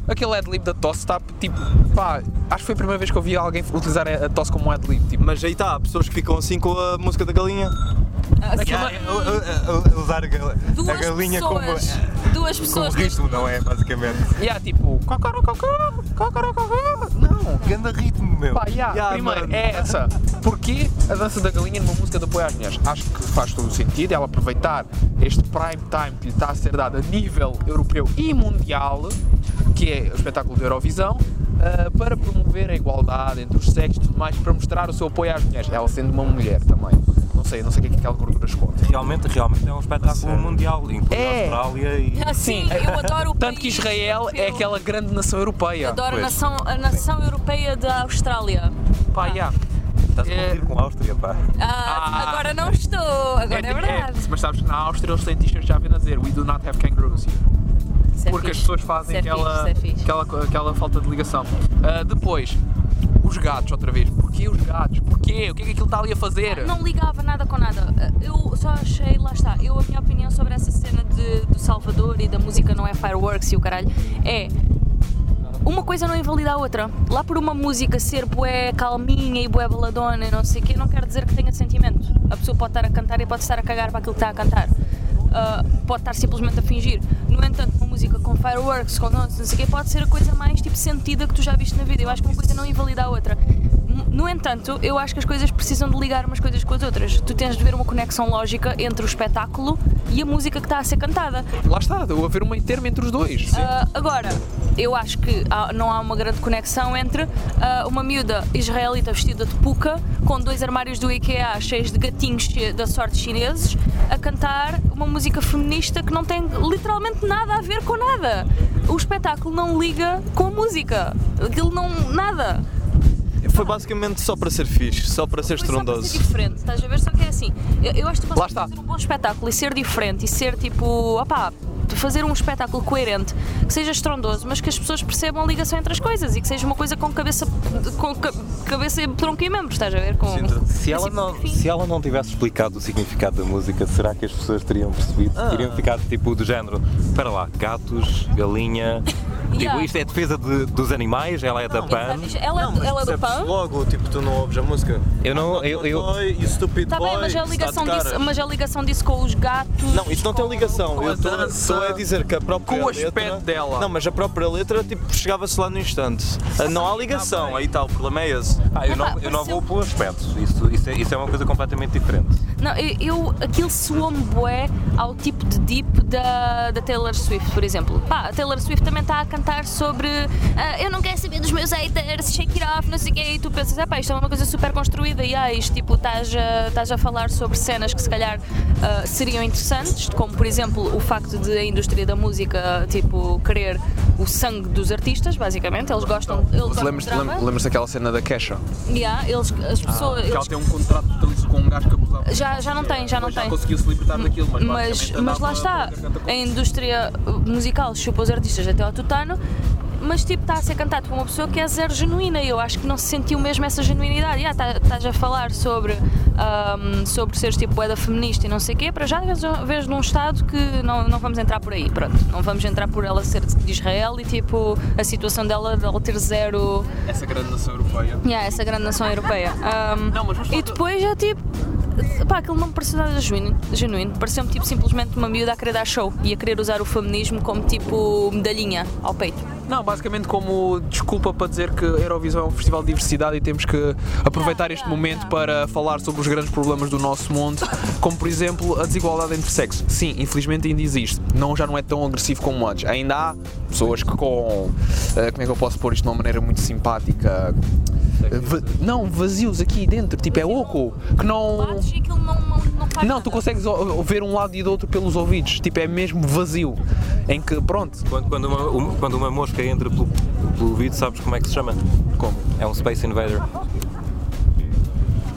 S1: Aquele ad-lib da tosse está tipo, pá, acho que foi a primeira vez que eu vi alguém utilizar a a tosse como um ad-lib. Tipo,
S3: Mas aí está, há pessoas que ficam assim com a música da galinha.
S2: Ah,
S1: É
S2: sim.
S4: Ah, a- a- a- usar a, gal- a
S2: Duas
S4: galinha como,
S2: pessoas. Duas
S4: como
S2: pessoas.
S4: ritmo, não é? Basicamente.
S1: e há tipo, cocorococó, cocorococó. Não,
S4: Ganda ritmo, meu.
S1: Pá, yeah,
S3: Yeah,
S1: primeiro,
S3: mano.
S1: é essa. Porquê a dança da galinha numa música de apoio às mulheres? Acho que faz todo o sentido ela aproveitar este prime time que lhe está a ser dado a nível europeu e mundial, que é o espetáculo da Eurovisão, ah, para promover a igualdade entre os sexos e tudo mais, para mostrar o seu apoio às mulheres. Ela sendo uma mulher também. Não não sei, não sei o que é que aquela gordura esconde.
S5: Realmente, realmente é um espetáculo mundial, inclui
S1: É.
S5: a Austrália e.
S2: Sim, assim, eu adoro o
S1: Tanto que
S2: país
S1: Israel é
S2: europeu.
S1: aquela grande nação europeia.
S2: Adoro a
S5: Pois.
S2: nação, a nação europeia da Austrália.
S1: Pá, yeah.
S5: Estás a
S1: É.
S5: competir com a Áustria, pá.
S2: Ah,
S1: Ah.
S2: agora não estou, agora é, verdade.
S1: mas sabes que na Áustria eles têm t-shirts já a venda a dizer We do not have kangaroos here.
S2: Isso é
S1: porque as
S2: fixe.
S1: pessoas fazem
S2: Isso é
S1: aquela,
S2: fixe, isso é fixe.
S1: aquela, aquela falta de ligação. Ah, depois, os gatos, outra vez. Porquê os gatos? Porquê? O que é que aquilo está ali a fazer?
S2: Ah, Não ligava nada com nada. Ah, Eu só achei, lá está, eu a minha opinião sobre essa cena de, do Salvador e da música não é fireworks e o caralho é. Uma coisa não invalida a outra. Lá por uma música ser bué calminha e bué baladona e não sei o quê, não quer dizer que tenha sentimento. A pessoa pode estar a cantar e pode estar a cagar para aquilo que está a cantar. Ah, pode estar simplesmente a fingir. No entanto, uma música com fireworks, com não sei o quê, pode ser a coisa mais tipo sentida que tu já viste na vida. Eu acho que uma coisa não invalida a outra. N- No entanto, eu acho que as coisas precisam de ligar umas coisas com as outras. Tu tens de ver uma conexão lógica entre o espetáculo e a música que está a ser cantada.
S1: Lá está, deu a haver um meio termo entre os dois.
S2: Ah, agora, eu acho que há- não há uma grande conexão entre ah, uma miúda israelita vestida de puca, com dois armários do IKEA cheios de gatinhos che- da sorte chineses, a cantar uma música feminista que não tem literalmente nada a ver com nada. O espetáculo não liga com a música. Aquilo não. nada.
S3: Foi basicamente só para ser fixe, só para ser
S2: Foi só para ser
S3: estrondoso.
S2: diferente, estás a ver? Só que é assim, eu, eu acho que tu
S1: Lá
S2: podes
S1: está.
S2: fazer um bom espetáculo e ser diferente e ser tipo, opá, fazer um espetáculo coerente, que seja estrondoso, mas que as pessoas percebam a ligação entre as coisas e que seja uma coisa com cabeça, com ca- cabeça, tronco e membros, estás a ver? Com,
S5: Se ela,
S2: princípio
S5: não,
S2: do fim.
S5: se ela não tivesse explicado o significado da música, será que as pessoas teriam percebido? Teriam ficado tipo do género, para lá, gatos, galinha. Tipo,
S2: Yeah.
S5: isto é defesa de- dos animais, ela é da PAN.
S2: Sabes, Ela,
S3: Não, mas
S2: ela é do
S3: percebes
S2: pão.
S3: logo, tipo, tu não ouves a música.
S5: Eu não. Eu, eu-
S3: Boy, you stupid
S2: Está Tá bem,
S3: boy,
S2: mas a, ligação disso, é
S3: está de
S2: Oh,
S3: caras.
S2: mas a ligação disso com os gatos.
S3: Não, isso não tem
S2: com-
S3: ligação.
S2: com
S3: Eu
S2: as
S3: estou a-
S1: dança,
S3: estou a dizer que a própria
S1: com o
S3: letra-
S1: aspecto dela.
S3: Não, mas a própria letra tipo, chegava-se lá no instante. Ah, Não há ligação, aí está, o problema é esse.
S5: Ah,
S2: Epá,
S5: eu, não, eu não
S2: pareceu-
S5: vou pôr aspectos. Isso, isso, é, isso é uma coisa completamente diferente.
S2: Não, eu, eu- aquilo soou-me bué ao tipo de deep da, da Taylor Swift, por exemplo. Pá, a Taylor Swift também está a cantar sobre ah, eu não quero saber dos meus haters, shake it off, não sei o quê, e tu pensas, é pá, isto é uma coisa super construída e ah, isto tipo, estás a, estás a falar sobre cenas que se calhar ah, seriam interessantes, como por exemplo o facto de a indústria da música, tipo, querer o sangue dos artistas, basicamente, eles gostam, eles gostam de
S1: Lembras-te
S2: tá drama.
S1: lembras daquela cena da Kesha?
S2: Yeah, eles, as pessoas,
S1: Ah,
S6: Que ela
S2: eles-
S6: tem um contrato vitalício com um gajo que abusava.
S2: já, já não tem, já não
S6: Mas
S2: tem.
S6: conseguiu-se libertar daquilo, mas,
S2: mas,
S6: basicamente
S2: mas lá
S6: andava
S2: está,
S6: com a garganta com-
S2: a indústria musical chupa os artistas até ao tutano, mas tipo está a ser cantado por uma pessoa que é zero genuína e eu acho que não se sentiu mesmo essa genuinidade. Já, tá- Estás a falar sobre, ahm, sobre seres tipo boeda feminista e não sei o quê, para já vês, vês num estado que não, não vamos entrar por aí, pronto, não vamos entrar por ela ser de Israel e tipo a situação dela de ela ter zero
S6: Essa grande nação europeia.
S2: Yeah, essa grande nação europeia. Um,
S6: Não, mas vamos falar
S2: e
S6: do-
S2: depois já tipo. Pá, aquilo não me pareceu nada genuíno. genuíno. Pareceu-me tipo, simplesmente uma miúda a querer dar show e a querer usar o feminismo como tipo medalhinha ao peito.
S1: Não, basicamente como desculpa para dizer que Eurovisão é um festival de diversidade e temos que aproveitar
S2: Yeah,
S1: este
S2: yeah,
S1: momento
S2: yeah.
S1: para falar sobre os grandes problemas do nosso mundo, como por exemplo a desigualdade entre sexos. Sim, infelizmente ainda existe. Não, já não é tão agressivo como antes. Ainda há pessoas que com. eh, como é que eu posso pôr isto de uma maneira muito simpática? Eh, va- não, vazios aqui dentro, tipo é oco, que não.
S2: Bates e aquilo não, não, não faz
S1: Não,
S2: nada.
S1: tu consegues o- o- ver um lado e do outro pelos ouvidos, tipo é mesmo vazio, em que pronto,
S5: Quando, quando, uma, um- quando uma mosca entra pelo, pelo ouvido, sabes como é que se chama?
S1: como?
S5: É um Space Invader.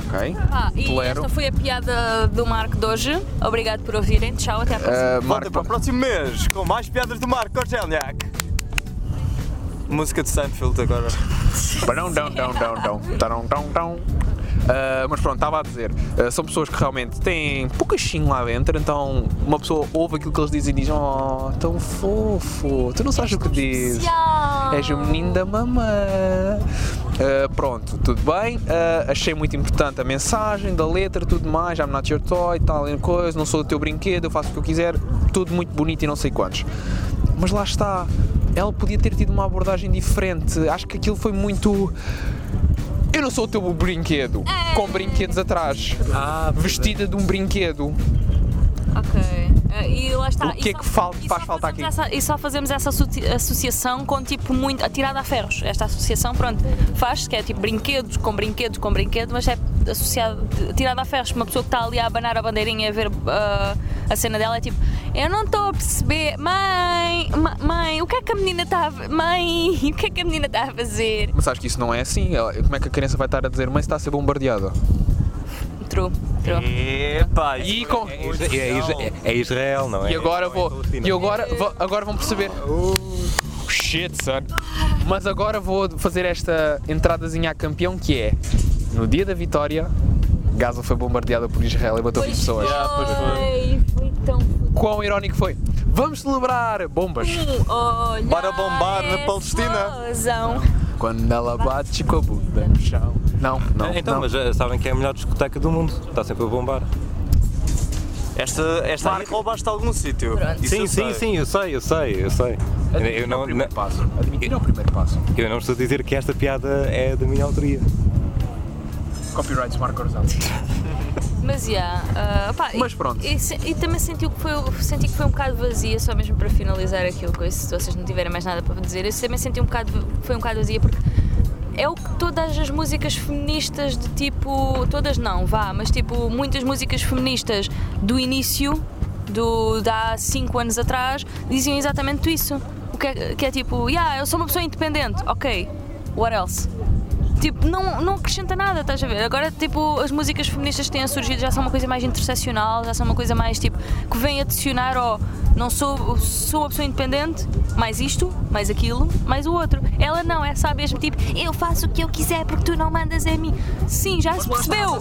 S1: Ok.
S2: Pá, e
S1: Tolero.
S2: esta foi a piada do Marco de hoje. Obrigado por ouvirem. Tchau, até à próxima.
S1: Eh,
S3: Volta para o
S1: Marco,
S3: próximo mês com mais piadas do Marco Orgelniak. Música de Seinfeld agora.
S1: Barão, dão, dão, dão, dão, tarão, dão, dão. Ah, mas pronto, estava a dizer, ah, são pessoas que realmente têm poucachinho lá dentro, então uma pessoa ouve aquilo que eles dizem e diz: Oh, tão fofo, tu não sabes o que dizes.
S2: Tchau.
S1: És o menino da mamã. Ah, pronto, tudo bem. Ah, achei muito importante a mensagem da letra, tudo mais. I'm not your toy, tal e coisa. Não sou o teu brinquedo, eu faço o que eu quiser. Tudo muito bonito e não sei quantos. Mas lá está. Ela podia ter tido uma abordagem diferente. Acho que aquilo foi muito. Eu não sou o teu brinquedo. Com brinquedos atrás. Vestida de um brinquedo.
S2: Ok. Eh, E lá está.
S1: O que
S2: E
S1: é
S2: só-
S1: que fal-
S2: e
S1: faz
S2: só
S1: falta
S2: fazemos essa- e só fazemos essa associ- associação com tipo muito. atirada a ferros. Esta associação, pronto, faz-se, que é tipo brinquedos com brinquedos com brinquedo, mas é associada, tirada a ferros uma pessoa que está ali a abanar a bandeirinha a ver ah, a cena dela, é tipo, eu não estou a perceber, mãe, ma- mãe, o que é que a menina está a fa- mãe, (laughs) o que é que a menina está a fazer?
S1: Mas acho que isso não é assim. Ela- Como é que a criança vai estar a dizer, mãe, está a ser bombardeada?
S2: True,
S3: Uhum.
S2: true.
S3: Epá,
S1: E, com-
S5: É, Isra- é Isra- é Israel, não é?
S1: e agora
S5: Não é
S1: vou.
S5: Palestina.
S1: E agora, vou- agora vão perceber. Shit, son. Mas agora vou fazer esta entradazinha a campeão que é no dia da vitória. Gaza foi bombardeada por Israel e matou 20 pessoas.
S2: foi, foi tão fodido.
S1: Quão irónico foi? Vamos celebrar bombas.
S2: Olha,
S3: Bora bombar na Palestina.
S2: explosão.
S1: Quando ela bate com a bunda no chão. Não, não.
S5: Então,
S1: não.
S5: mas eh, sabem que é a melhor discoteca do mundo. Está sempre a bombar.
S3: esta, esta aí roubaste algum sítio.
S2: Pronto.
S3: Isso eu
S5: sim, sim,
S3: sei.
S5: sim, eu sei, eu sei, eu sei.
S1: Admitir
S5: Eu
S1: é o
S5: não,
S1: primeiro
S5: não-
S1: passo. Admitir é o primeiro passo.
S5: eu não estou a dizer que esta piada é da minha autoria.
S1: Copyrights Marco
S2: Mas yeah, ah, pá, e-
S1: Mas pronto.
S2: E, se- e também senti que, foi, senti que foi um bocado vazia, só mesmo para finalizar aquilo, com isso, se vocês não tiverem mais nada para dizer. Eu também senti um bocado, que foi um bocado vazia porque é o que todas as músicas feministas de tipo. Todas não, vá, mas tipo, muitas músicas feministas do início, do, de há 5 anos atrás, diziam exatamente isso. O que é, que é tipo, yeah, eu sou uma pessoa independente, ok, what else? Tipo, não, não acrescenta nada, estás a ver? Agora, tipo, as músicas feministas que têm surgido já são uma coisa mais interseccional, já são uma coisa mais tipo que vem adicionar ao não sou, sou uma pessoa independente, mais isto, mais aquilo, mais o outro. Ela não, é só mesmo tipo eu faço o que eu quiser porque tu não mandas a mim. Sim, já se percebeu.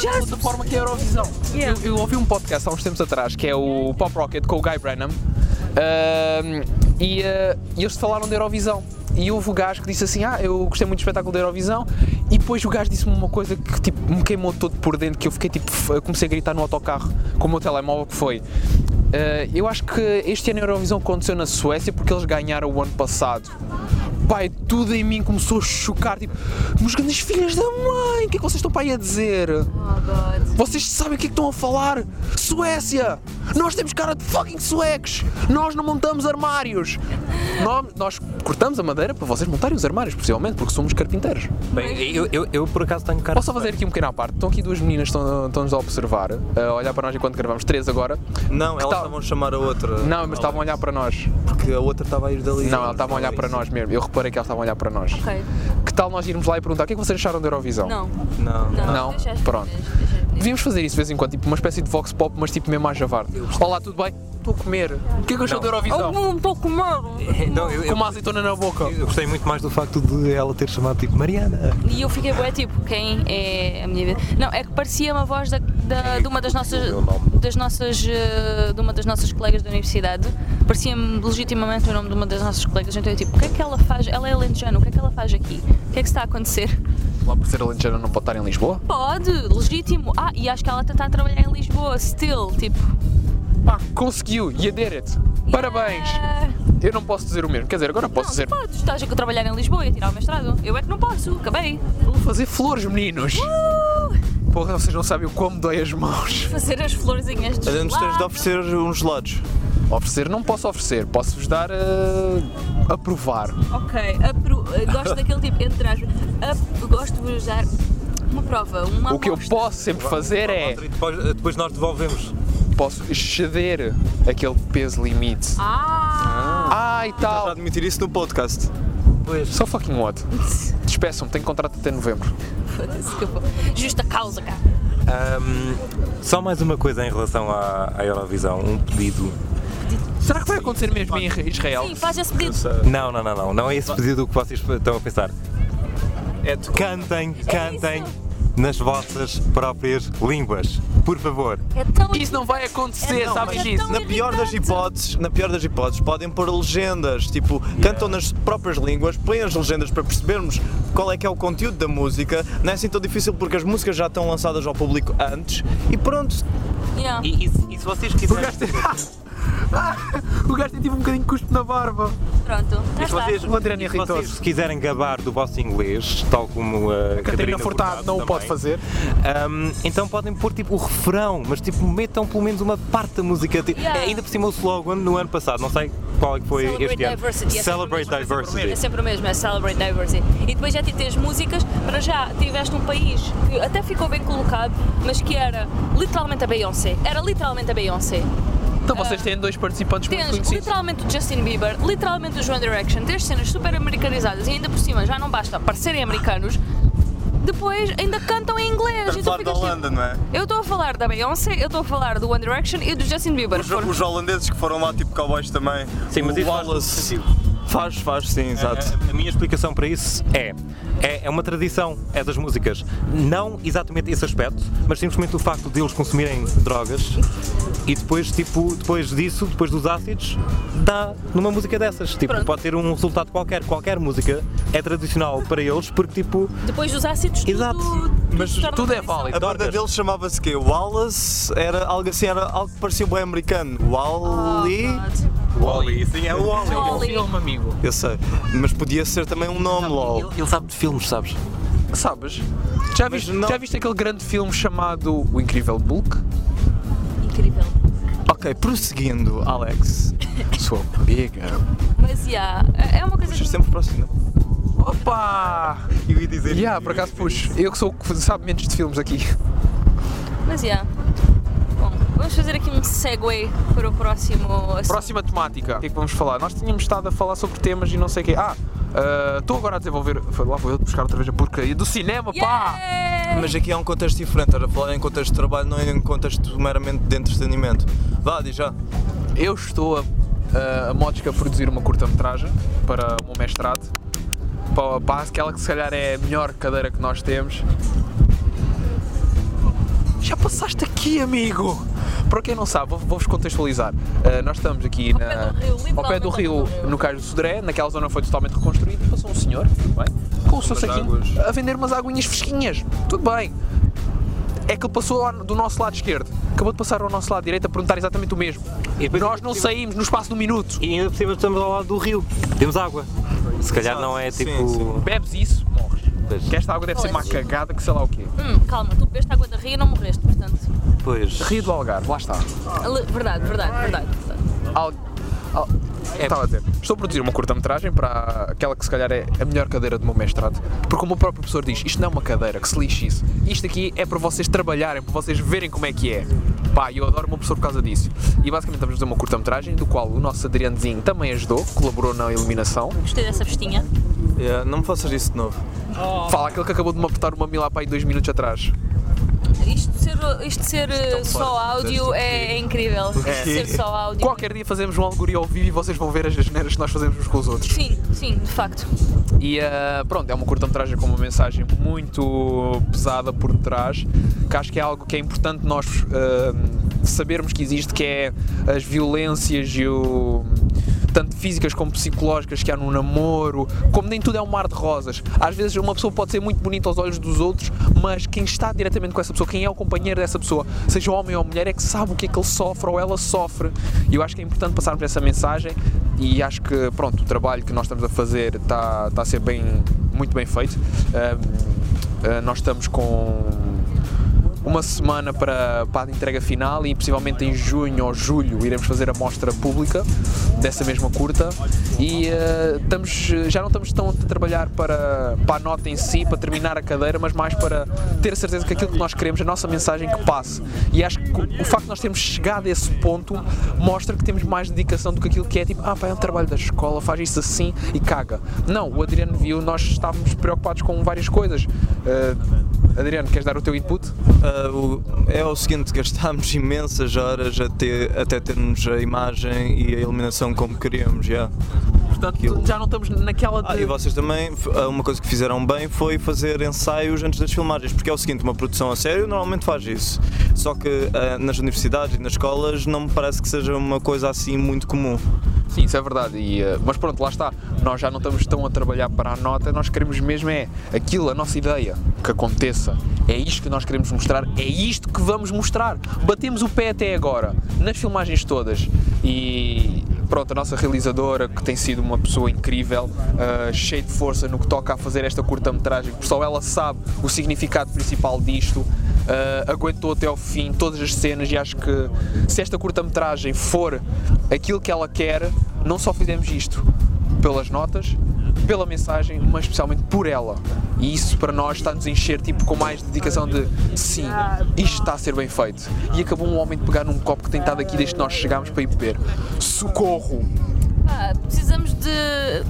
S2: Já se
S1: forma que é a Eurovisão.
S2: Yeah.
S1: Eu, eu ouvi um podcast há uns tempos atrás que é o Pop Rocket com o Guy Branham ahm, e, ah, e eles falaram da Eurovisão. E houve o gajo que disse assim: Ah, eu gostei muito do espetáculo da Eurovisão. E depois o gajo disse-me uma coisa que tipo, me queimou todo por dentro, que eu fiquei tipo, f- eu comecei a gritar no autocarro com o meu telemóvel que foi. "Ah, eu acho que este ano a Eurovisão aconteceu na Suécia porque eles ganharam o ano passado. Pai, tudo em mim começou a chocar, tipo, meus grandes filhas da mãe, o que é que vocês estão para aí a dizer?
S2: Oh, God.
S1: Vocês sabem o que é que estão a falar? Suécia! Nós temos cara de fucking suecos! Nós não montamos
S2: (laughs)
S1: armários! Nó- Nós, cortamos a madeira para vocês montarem os armários, possivelmente, porque somos carpinteiros.
S5: Bem, eu, eu, eu, por acaso tenho cara.
S1: Posso só fazer aqui um pequeno à parte? Estão aqui duas meninas, estão- estão-nos a observar, a olhar para nós enquanto gravamos, três agora.
S3: Não,
S1: Que
S3: elas
S1: tal?
S3: estavam a chamar a outra.
S1: Não, mas estavam a olhar para nós.
S3: Porque a outra estava a ir dali.
S1: Não, elas estavam a olhar para nós mesmo. Eu reparei que elas estavam a olhar para nós.
S2: Ok.
S1: Que tal nós irmos lá e perguntar o que é que vocês acharam da Eurovisão?
S2: Não.
S3: Não.
S2: Não.
S1: Não?
S2: Deixa as
S1: Pronto.
S2: meninas, deixa as meninas.
S1: Devíamos fazer isso de vez em quando, tipo uma espécie de vox pop, mas tipo mesmo à javarde. Olá, tudo bem? Estou a comer. O que é que achou da Eurovisão?
S2: Oh, um pouco mal.
S5: (laughs) Não, eu,
S1: Com
S5: eu,
S1: uma azeitona na boca.
S5: eu gostei muito mais do facto de ela ter chamado tipo Mariana.
S2: E eu fiquei bué tipo, quem é a minha vida? Não, é que parecia uma voz da, da- de uma das nossas
S5: o nome?
S2: das nossas eh, de uma das nossas colegas da universidade. Parecia-me legitimamente o nome de uma das nossas colegas. Então eu tipo, o que é que ela faz? Ela é alentejana, o que é que ela faz aqui? O que é que está a acontecer?
S1: Lá por ser alentejana não pode estar em Lisboa?
S2: Pode, legítimo. Ah, e acho que ela está a trabalhar em Lisboa, still, tipo.
S1: Pá, conseguiu. E did it. Parabéns.
S2: ah,
S1: Eu não posso dizer o mesmo. Quer dizer, agora posso
S2: não,
S1: dizer.
S2: tu podes, estás a trabalhar em Lisboa e a tirar o mestrado. Eu é que não posso, acabei. Uh,
S1: Vou fazer flores, meninos. Porra, vocês não sabem o como dói as mãos.
S2: Fazer as florzinhas de
S3: A gente tens de
S2: gelado.
S3: oferecer uns gelados.
S1: Oferecer não posso oferecer. Posso-vos dar eh, a provar.
S2: Ok, apro- gosto daquele tipo, entre aspas, ap- gosto de vos dar uma prova, uma
S1: O que eu
S2: amostra.
S1: posso sempre fazer é.
S5: E depois, depois nós devolvemos.
S1: Posso exceder aquele peso limite.
S2: Ah!
S1: Ah, e
S3: Estás a
S1: tal.
S3: admitir isso no podcast.
S1: Só fucking what? Despeçam-me, tenho contrato até novembro.
S2: Foda-se que eu vou. Justa causa, cara.
S5: Ahm, só mais uma coisa em relação à, à Eurovisão, um pedido.
S1: Será que vai acontecer mesmo em Israel?
S2: Sim, faz esse pedido.
S5: Não, não, não, não. Não é esse pedido que vocês estão a pensar.
S3: É tu.
S5: Cantem, cantem nas vossas próprias línguas. Por favor.
S2: É tão. é
S1: Isso não vai acontecer,
S2: Então,
S3: Não,
S1: sabes
S3: mas
S1: disso?
S2: tão
S3: Na pior das
S2: irritante.
S3: hipóteses, na pior das hipóteses, podem pôr legendas, tipo, cantam nas próprias línguas, põem as legendas para percebermos qual é que é o conteúdo da música. Não é assim tão difícil porque as músicas já estão lançadas ao público antes e pronto.
S2: Yeah.
S5: E, e se- e se vocês quiserem.
S1: O gajo tem tipo um bocadinho de cuspo na barba.
S2: Pronto,
S5: Se
S2: estás lá.
S5: vocês,
S1: O Adriano
S5: se vocês
S1: irritou-se.
S5: se quiserem gabar do vosso inglês, tal como a
S1: Catarina Furtado não o
S5: também,
S1: pode fazer.
S5: ahm, então podem pôr tipo o refrão, mas tipo metam pelo menos uma parte da música. Tipo,
S2: Yeah.
S5: Ainda por cima o slogan no ano passado, não sei qual é que foi
S2: Celebrate
S5: este ano?
S2: Diversity, é sempre
S5: Celebrate
S2: o mesmo, é sempre o
S5: Diversity.
S2: É sempre o mesmo, é Celebrate Diversity. E depois já tens músicas, para já tiveste um país que até ficou bem colocado, mas que era literalmente a Beyoncé. Era literalmente a Beyoncé. Ah,
S1: Então vocês têm dois participantes muito
S2: Tens
S1: conhecidos.
S2: literalmente o Justin Bieber, literalmente o One Direction, tens cenas super americanizadas e ainda por cima já não basta parecerem americanos, depois ainda cantam em inglês.
S7: Estamos a
S2: Então
S7: falar da
S2: ficas tipo,
S7: Holanda, não é?
S2: Eu estou a falar da Beyoncé, eu estou a falar do One Direction e do Justin Bieber.
S7: Os,
S2: Foram-
S7: os holandeses que foram lá, tipo cowboys também.
S5: Sim, mas
S7: O
S5: isso faz todo
S7: Wallace- É,
S5: sentido.
S3: Faz, faz, sim, exato.
S5: A, a minha explicação para isso é, é: é uma tradição, é das músicas. Não exatamente esse aspecto, mas simplesmente o facto de eles consumirem drogas e depois, tipo, depois disso, depois dos ácidos, dá numa música dessas. Tipo,
S2: Pronto.
S5: pode ter um resultado qualquer. Qualquer música é tradicional para eles porque, tipo,
S2: Depois dos ácidos, tudo-
S5: Exato.
S2: tudo,
S5: Mas
S2: se torna
S1: tudo é
S2: tradição.
S1: válido.
S3: A banda
S5: Dorcas.
S3: deles chamava-se quê? Wallace? Era algo assim, era algo que parecia bem americano. Wally?
S1: Oh,
S5: Wally, sim, é o Wally.
S2: Wall-E.
S6: Filme, amigo.
S3: Eu sei. Mas podia ser também um nome, LOL.
S4: Ele sabe de filmes, sabes?
S1: Sabes? Já
S3: Mas
S1: viste,
S3: não-
S1: já viste aquele grande filme chamado O Incrível Bulk?
S2: Incrível.
S3: Ok, prosseguindo, Alex. Sua biga.
S2: Mas já, é uma coisa
S3: Puxas
S2: que
S3: sempre para cima.
S1: Opa!
S3: Eu ia dizer.
S1: Yeah, por acaso puxo. Eu que sou o que sabe menos de filmes aqui. (laughs)
S2: Mas já. Bom, vamos fazer aqui um segue para o próximo assunto.
S1: Próxima temática. O que é que vamos falar? Nós tínhamos estado a falar sobre temas e não sei o quê. Ah, ah, estou agora a desenvolver. Foi lá, vou eu buscar outra vez a porcaria do cinema, pá!
S2: Yay!
S3: Mas aqui há um contexto diferente, era falar em contexto de trabalho, não é em contexto meramente de entretenimento. Vá, diz já.
S1: Eu estou a, a, a Mótica a produzir uma curta-metragem para o meu mestrado. Para, para aquela que se calhar é a melhor cadeira que nós temos. Já passaste aqui, amigo! Para quem não sabe, vou- vou-vos contextualizar. Ah, nós estamos aqui
S2: Ao
S1: na,
S2: pé do rio,
S1: ao pé do rio,
S2: literalmente ao pé do rio.
S1: no caso do Sodré, naquela zona foi totalmente reconstruída. Passou um senhor, tudo bem, com o seu
S6: Umas
S1: saquinho
S6: águas.
S1: a vender umas aguinhas fresquinhas, tudo bem. É que ele passou lá do nosso lado esquerdo, acabou de passar ao nosso lado direito a perguntar exatamente o mesmo.
S5: E depois-
S1: Nós não saímos no espaço de um minuto.
S5: E ainda por cima estamos ao lado do rio. Temos água. Se calhar não é
S3: Sim,
S5: tipo.
S3: sim.
S1: Bebes isso, morres.
S5: Pois.
S1: Que esta água deve ser uma cagada que sei lá o quê.
S2: Hum, calma, tu bebeste água da ria e não morreste, portanto.
S5: Pois.
S1: Rio do Algarve, lá está.
S2: Ale- Verdade, verdade, verdade. verdade.
S1: Al... Al... Estava a dizer, É. estou a produzir uma curta-metragem para aquela que se calhar é a melhor cadeira do meu mestrado, porque o meu próprio professor diz, isto não é uma cadeira, que se lixe isso. Isto aqui é para vocês trabalharem, para vocês verem como é que é. Pá, eu adoro o meu professor por causa disso. E basicamente estamos a fazer uma curta-metragem, do qual o nosso Adrianozinho também ajudou, colaborou na iluminação.
S2: Gostei dessa vestinha.
S3: Yeah, é, não me faças isso de novo.
S1: Fala aquele que acabou de me apertar uma mila para aí dois minutos atrás.
S2: Isto de ser, isto de ser eh, só áudio é, é incrível.
S3: quê?
S2: Ser só áudio.
S1: Qualquer dia fazemos um algoritmo ao vivo e vocês vão ver as asneiras que nós fazemos uns com os outros.
S2: Sim, sim, de facto.
S1: E eh, pronto, é uma curta-metragem com uma mensagem muito pesada por trás, que acho que é algo que é importante nós eh, sabermos que existe, que é as violências e o tanto físicas como psicológicas que há no namoro, como nem tudo é um mar de rosas. Às vezes uma pessoa pode ser muito bonita aos olhos dos outros, mas quem está diretamente com essa pessoa, quem é o companheiro dessa pessoa, seja homem ou mulher, é que sabe o que é que ele sofre ou ela sofre. E eu acho que é importante passarmos essa mensagem e acho que pronto, o trabalho que nós estamos a fazer está tá a ser bem, muito bem feito. Ahm, ah, nós estamos com uma semana para, para a entrega final e possivelmente em junho ou julho iremos fazer a mostra pública dessa mesma curta e ah, estamos, já não estamos tão a trabalhar para, para a nota em si, para terminar a cadeira, mas mais para ter a certeza que aquilo que nós queremos, a nossa mensagem que passe. E acho que o facto de nós termos chegado a esse ponto mostra que temos mais dedicação do que aquilo que é tipo, ah, pá, é um trabalho da escola, faz isso assim e caga. Não, o Adriano viu, nós estávamos preocupados com várias coisas. Ah, Adriano, queres dar o teu input?
S3: Ah, o- é o seguinte, gastámos imensas horas até, até termos a imagem e a iluminação como queríamos, já.
S1: Portanto, já não estamos naquela
S3: Ah, e
S1: de.
S3: vocês também, f- ah, uma coisa que fizeram bem foi fazer ensaios antes das filmagens, porque é o seguinte, uma produção a sério normalmente faz isso, só que ah, nas universidades e nas escolas não me parece que seja uma coisa assim muito comum.
S1: Sim, isso é verdade. E, eh, mas pronto, lá está. Nós já não estamos tão a trabalhar para a nota, nós queremos mesmo é aquilo, a nossa ideia, que aconteça. É isto que nós queremos mostrar, é isto que vamos mostrar. Batemos o pé até agora, nas filmagens todas. E pronto, a nossa realizadora, que tem sido uma pessoa incrível, eh, cheia de força no que toca a fazer esta curta-metragem, porque só ela sabe o significado principal disto. Uh, aguentou até ao fim todas as cenas e acho que se esta curta-metragem for aquilo que ela quer, não só fizemos isto pelas notas, pela mensagem, mas especialmente por ela. E isso para nós está-nos a encher tipo, com mais dedicação de sim, isto está a ser bem feito. E acabou um homem de pegar num copo que tem estado aqui desde que nós chegámos para ir beber. Socorro!
S2: Pá, precisamos de.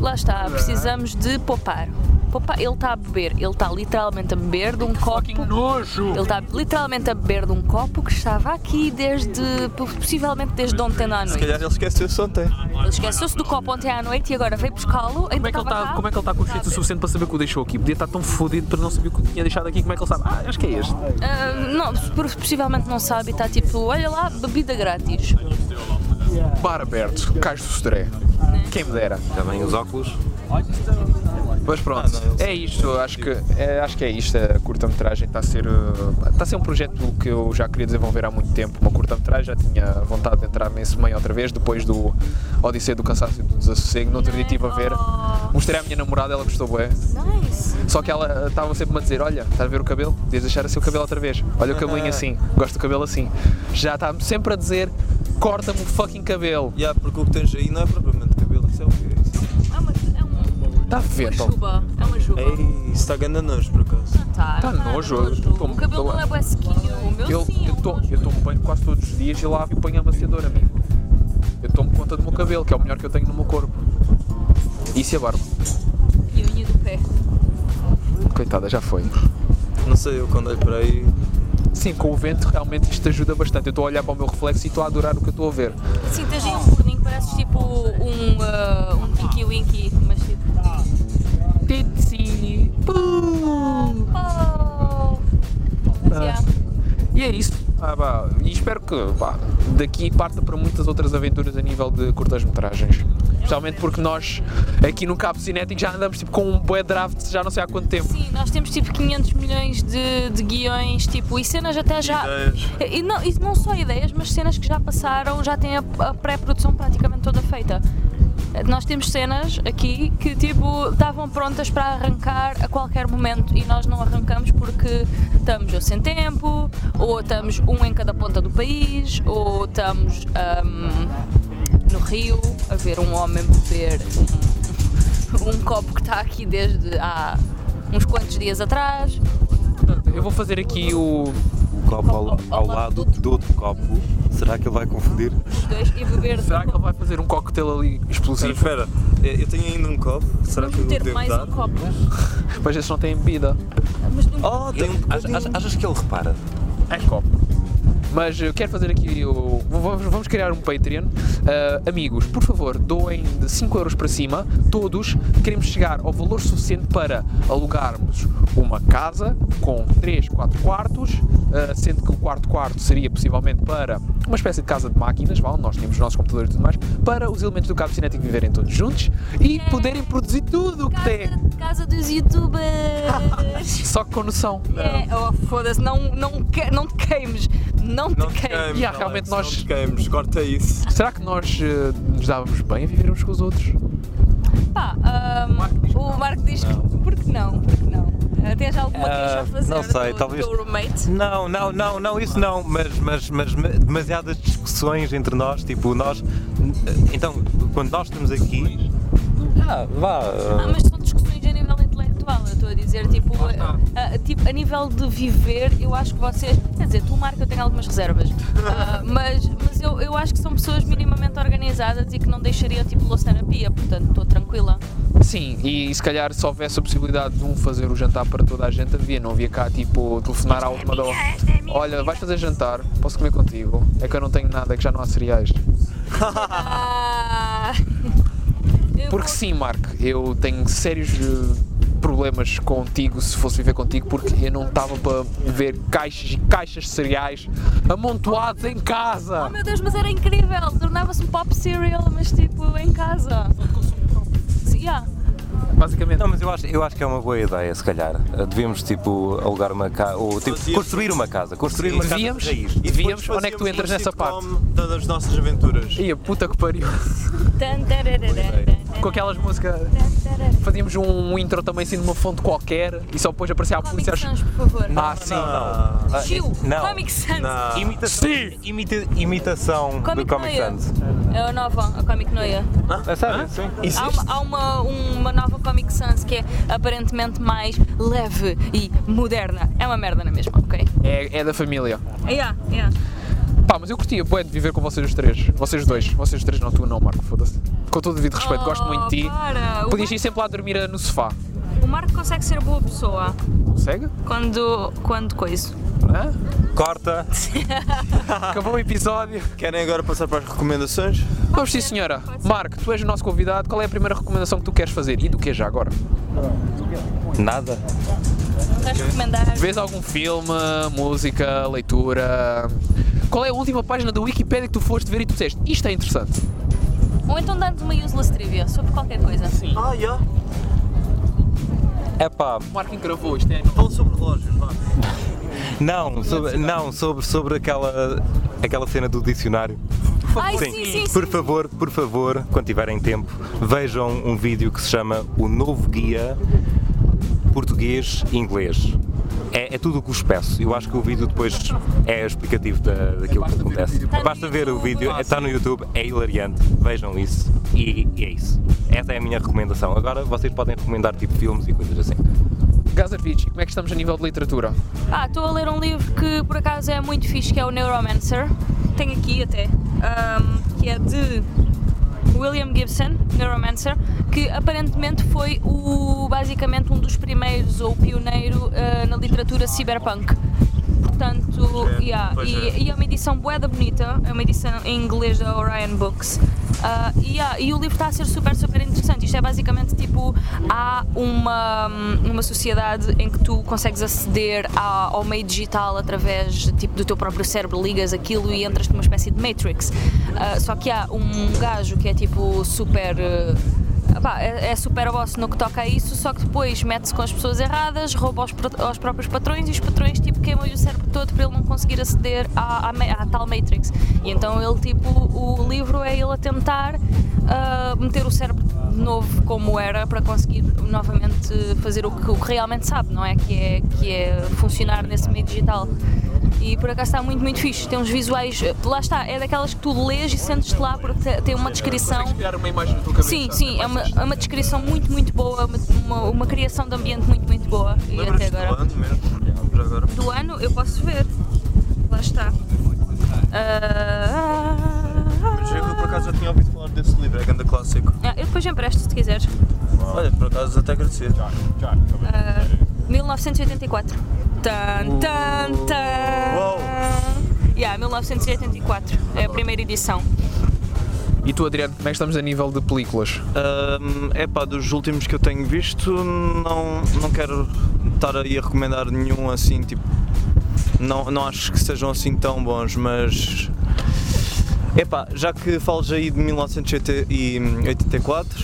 S2: Lá
S6: é?
S2: está, precisamos de poupar. Poupar- Ele está a beber, ele está literalmente a beber de um copo.
S6: nojo!
S2: Ele está literalmente a beber de um copo que estava aqui desde. possivelmente desde ontem à
S3: Se
S2: noite.
S3: calhar ele esqueceu-se ontem.
S2: Ele esqueceu-se do copo ontem à noite e agora veio buscá-lo. então
S6: Como é, que ele está, como é que ele está consciente o suficiente para saber que o deixou aqui? Podia estar tão fodido para não saber o que tinha deixado aqui. Como é que ele sabe? Ah, acho que é este.
S2: Ah, não, por- possivelmente não sabe e está tipo, olha lá, bebida grátis.
S1: Bar aberto, Cais do Sodré. Quem me dera.
S5: Também os óculos.
S1: Mas pronto, é isto, acho que é, acho que é isto. A curta-metragem está a ser uh, está a ser um projeto que eu já queria desenvolver há muito tempo. Uma curta-metragem, já tinha vontade de entrar nesse meio outra vez, depois do Odisseia do Cansaço e do Desassossego. No outro dia estive a ver, mostrei à minha namorada, ela gostou bem.
S2: Nice!
S1: Só que ela uh, estava sempre-me a dizer: Olha, estás a ver o cabelo? Devias deixar assim o cabelo outra vez. Olha o cabelinho assim, gosto do cabelo assim. Já está-me sempre a dizer: Corta-me o fucking cabelo.
S3: Já, porque o que tens aí não é propriamente cabelo, isso é o quê?
S2: É uma, é um-
S1: Está a ver,
S2: uma
S1: Tom?
S2: juba. É uma juba.
S3: Ei, isso está ganhando nojo, por acaso.
S2: Tá,
S1: Tá nojo, eu tô-
S2: O cabelo
S1: tô-
S2: não é bué sequinho. O meu
S1: Eu
S2: sim. é um
S1: tomo
S2: nojo.
S1: eu tomo banho quase todos os dias e lavo e ponho amaciador, amigo. Eu tomo conta do meu cabelo, que é o melhor que eu tenho no meu corpo. Isso e a barba.
S2: E a unha do pé.
S1: Coitada, já foi.
S3: Não sei, eu quando olho para aí.
S1: Sim, com o vento realmente isto ajuda bastante. Eu estou a olhar para o meu reflexo e estou a adorar o que eu estou a ver.
S2: Sim, tens aí um burninho, pareces tipo um, ah, um Tinky Winky, mas tipo.
S1: Pitsy. Pum.
S2: Oh! Mas, tipo, yeah.
S1: E é isso. Ah, pá, E espero que pá, daqui parta para muitas outras aventuras a nível de curtas-metragens. Especialmente porque nós aqui no Cabo Cinético já andamos tipo, com um bué draft já não sei há quanto tempo.
S2: Sim, nós temos tipo 500 milhões de, de guiões tipo, e cenas até já. E não, e não só ideias, mas cenas que já passaram, já têm a, a pré-produção praticamente toda feita. Nós temos cenas aqui que tipo estavam prontas para arrancar a qualquer momento e nós não arrancamos porque estamos ou sem tempo, ou estamos um em cada ponta do país, ou estamos ahm, no Rio a ver um homem beber um, (laughs) um copo que está aqui desde há uns quantos dias atrás.
S1: Eu vou fazer aqui o,
S5: O copo ao, ao lado do outro copo. Será que ele vai confundir?
S2: Os dois e beber
S1: Será que ele vai fazer um cocktail ali
S3: Sim,
S1: explosivo?
S3: espera, eu eu tenho ainda um copo. Será que eu
S2: ter
S3: devo
S2: mais
S3: dar?
S2: um copo.
S1: Mas esses não têm bebida.
S2: Mas não
S3: Oh, tem um
S5: Então, Ach- ach- Achas que ele repara?
S1: É copo. Mas eu quero fazer aqui o. Vamos, vamos criar um Patreon. Ah, amigos, por favor, doem de 5 euros para cima. Todos queremos chegar ao valor suficiente para alugarmos uma casa com 3, 4 quartos, ah, sendo que o quarto quarto seria possivelmente para uma espécie de casa de máquinas, vale? nós temos os nossos computadores e tudo mais, para os elementos do cabo cinético viverem todos juntos e poderem produzir tudo o que têm.
S2: casa, casa dos youtubers.
S1: (laughs) Só que com noção.
S2: É, oh, foda-se, não, não, que- não te queimes. Não te
S3: Não te
S2: queimes.
S3: queimes,
S1: Yeah, realmente
S3: Alex,
S1: nós-
S3: Não te queimes, corta isso.
S1: Será que nós eh, nos dávamos bem a viver uns com os outros?
S2: Pá, ahm, um, o Marco diz que. Porque não? Porque não? Ah, Tens alguma queixa a
S5: Ah,
S2: fazer
S5: não sei,
S2: do,
S5: talvez-
S2: do roommate?
S5: Não, não, não, não, isso não, mas, mas, mas me- demasiadas discussões entre nós, tipo, nós. Então, quando nós estamos aqui. Ah, vá.
S2: Ah, mas são discussões a nível intelectual, eu estou a dizer, tipo, a, a- tipo, a nível de viver, eu acho que vocês, quer dizer, tu, Marco, eu tenho algumas reservas,
S5: (laughs)
S2: Ah, mas, mas eu, eu acho que são pessoas minimamente organizadas e que não deixariam, tipo, locerapia, portanto, estou tranquila.
S1: Sim, e se calhar se houvesse a possibilidade de um fazer o jantar para toda a gente, havia, não havia cá tipo telefonar à última da hora.
S2: é,
S1: Olha, vais fazer jantar, posso comer contigo? É que eu não tenho nada, é que já não há cereais.
S2: Ah, eu
S1: Porque
S2: vou-
S1: sim, Marco, eu tenho sérios eh, problemas contigo se fosse viver contigo, porque eu não estava para ver caixas e caixas de cereais amontoados em
S2: Oh
S1: casa.
S2: meu Deus, mas era incrível! Tornava-se um pop cereal, mas tipo em casa. Sim, yeah.
S1: Basicamente.
S5: Não, mas eu acho, eu acho que é uma boa ideia, se calhar. Ah, Devíamos, tipo, alugar uma casa, ou tipo,
S3: Fazia-
S5: construir uma casa, construir uma casa
S1: Devíamos,
S5: de raiz.
S3: E depois
S1: devíamos, onde é que tu
S3: fazíamos
S1: entras
S3: um
S1: nessa parte?
S3: sitcom da- Das nossas aventuras.
S1: E a puta que pariu.
S2: Tan, tarararã, tan.
S1: com aquelas músicas. Fazíamos um intro também assim de uma fonte qualquer e só depois aparecia a polícia.
S2: Comic
S1: aos-
S2: Sans, por favor.
S1: Ah, sim.
S5: Ah,
S2: Gil,
S5: não. Ah,
S2: Comic Sans.
S5: Imitação, imita, imitação do
S2: Comic
S5: Comic
S2: Noia.
S5: Sans.
S2: É a nova, a Comic Noia.
S5: É sério? Sim.
S2: Há, uma, há uma, uma nova Comic Sans que é aparentemente mais leve e moderna. É uma merda na mesma, ok?
S1: É, é da família.
S2: Yeah, yeah.
S1: Pá, mas eu curtia, bué, de viver com vocês os três. Vocês dois. Vocês os três, não, tu não, Marco, foda-se. Com todo o devido
S2: Oh,
S1: respeito, gosto muito de ti.
S2: Para. O,
S1: Podias
S2: Marco,
S1: ir sempre lá dormir eh, no sofá.
S2: o Marco consegue ser boa pessoa
S1: Consegue?
S2: quando, quando coisa.
S1: Hã?
S5: Corta.
S1: Acabou o episódio.
S3: Querem agora passar para as recomendações?
S1: Vamos sim, senhora. Marco, tu és o nosso convidado. Qual é a primeira recomendação que tu queres fazer? E do que é já agora?
S5: Nada.
S2: Queres recomendar?
S1: Vês algum filme, música, leitura? Qual é a última página da Wikipedia que tu foste ver e tu disseste isto é interessante?
S2: Ou então dando uma useless trivia sobre qualquer coisa. Sim.
S3: Ah, já.
S5: É pá,
S1: O Marco encravou isto, é?
S3: Fala sobre relógios, vá.
S5: não, sobre, não, sobre, sobre aquela, aquela cena do dicionário.
S2: Ai, sim, sim, sim.
S5: Por favor, por favor, quando tiverem tempo, vejam um vídeo que se chama O Novo Guia Português e Inglês. É, é tudo o que vos peço. Eu acho que o vídeo depois é explicativo da, daquilo que acontece.
S2: Tá no
S5: Basta ver o
S2: YouTube.
S5: vídeo, está no YouTube, é hilariante. Vejam isso. E, e é isso. Essa é a minha recomendação. Agora vocês podem recomendar tipo filmes e coisas assim.
S1: Gazarvich, como é que estamos a nível de literatura?
S2: Ah, estou a ler um livro que por acaso é muito fixe, que é o Neuromancer. Tenho aqui até. ahm, que é de William Gibson, Neuromancer, que aparentemente foi o basicamente um dos primeiros ou pioneiro ah, na literatura cyberpunk. Portanto, yeah,
S7: pois
S2: e,
S7: é.
S2: e é uma edição boeda bonita, é uma edição em inglês da Orion Books. Ah, e há- e o livro está a ser super, super interessante. Isto é basicamente tipo: há uma, uma sociedade em que tu consegues aceder a- ao meio digital através tipo, do teu próprio cérebro, ligas aquilo e entras numa espécie de Matrix. Ah, só que há um gajo que é tipo super. eh, Pá, é, é super boss no que toca a isso, só que depois mete-se com as pessoas erradas, rouba aos, pro- aos próprios patrões e os patrões tipo, queimam-lhe o cérebro todo para ele não conseguir aceder à, à ma- à tal Matrix. E então ele, tipo, o livro é ele a tentar ah, meter o cérebro de novo como era para conseguir novamente fazer o que, o que realmente sabe, não é? Que, é? que é funcionar nesse meio digital. E por acaso está muito, muito fixe. Tem uns visuais. Lá está, é daquelas que tu lês e sentes-te lá porque te- tem uma descrição.
S6: Criar uma imagem na tua cabeça.
S2: Sim,
S3: né?
S2: sim, é uma, é uma descrição muito, muito boa, uma, uma- uma criação de ambiente muito, muito boa. E até
S3: Lembras-te do
S2: agora.
S3: ano mesmo? Por agora.
S2: Do ano eu posso ver. Lá está.
S3: Mas eu por
S2: Ah,
S3: acaso já tinha ouvido falar desse livro, é grande clássico.
S2: ah, eu depois empresto se quiseres.
S3: Olha, por acaso até agradecer.
S2: 1984. Tan, tan, tan.
S3: Uh. Uou.
S2: Yeah, 1984. É a primeira edição.
S1: E tu, Adriano, como é que estamos a nível de películas?
S3: É pá, dos últimos que eu tenho visto, não, não quero estar aí a recomendar nenhum assim, tipo. Não, não acho que sejam assim tão bons, mas. Epá, já que falas aí de 1984,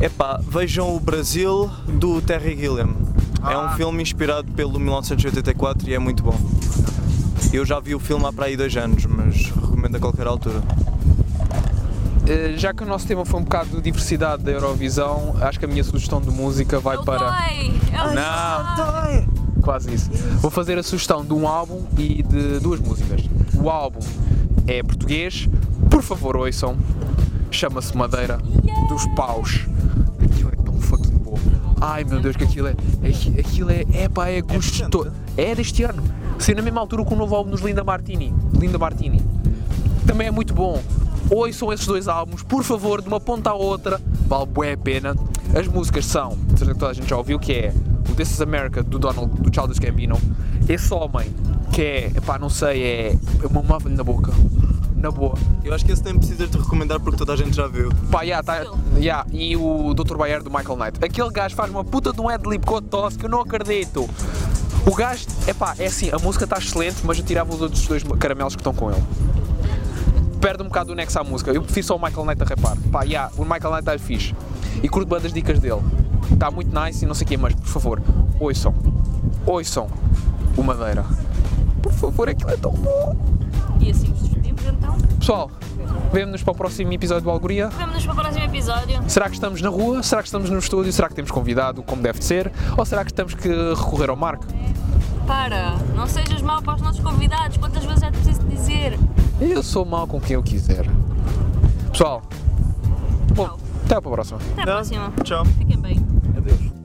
S3: epá, vejam o Brasil do Terry Gilliam. É um filme inspirado pelo 1984 e é muito bom. Eu já vi o filme há para aí dois anos, mas recomendo a qualquer altura.
S1: Eh, já que o nosso tema foi um bocado de diversidade da Eurovisão, acho que a minha sugestão de música vai
S2: Eu É
S1: para.
S2: dói! Eu
S1: Não.
S2: dói!
S1: Quase isso. Vou fazer a sugestão de um álbum e de duas músicas. O álbum é português, por favor ouçam. Chama-se Madeira dos Paus. Aquilo é tão fucking bom. Ai meu Deus, que aquilo é. aqui- Aquilo é. É pá, é gostoso. É deste ano. Saiu na mesma altura com o novo álbum dos Linda Martini. Linda Martini. Também é muito bom. Ouçam esses dois álbuns, por favor, de uma ponta à outra. Vale bué a pena. As músicas são, de certeza que toda a gente já ouviu, que é o This is America do Donald, do Childish Gambino. Esse homem, que é, epá, não sei, é. Eu mamava-lhe na boca. Na boa.
S3: Eu acho que esse nem precisas de recomendar porque toda a gente já viu.
S1: Pá, yeah, tá, yeah, e o Dr. Bayer do Michael Knight. Aquele gajo faz uma puta de um adlib com a tosse que eu não acredito. O gajo, epá, é assim, a música está excelente, mas eu tirava os outros dois caramelos que estão com ele. Perde um bocado o nexo à música. Eu prefiro só o Michael Knight a rapar. Pá, yeah, o Michael Knight está fixe. E curto bem das dicas dele. Está muito nice e não sei o quê, mas por favor, ouçam. Ouçam o Madeira. Por favor, aquilo é tão bom.
S2: E assim nos despedimos então.
S1: Pessoal, Vemo-nos para o próximo episódio do Algoria.
S2: Vemo-nos para o próximo episódio.
S1: Será que estamos na rua? Será que estamos no estúdio? Será que temos convidado, como deve de ser? Ou será que temos que recorrer ao Marco?
S2: Para, não sejas mau para os nossos convidados. Quantas vezes é preciso dizer?
S1: Eu sou mau com quem eu quiser. Pessoal, bom, até para a próxima.
S2: Até à
S3: Não?
S2: próxima.
S3: Tchau.
S2: Fiquem bem.
S3: Adeus.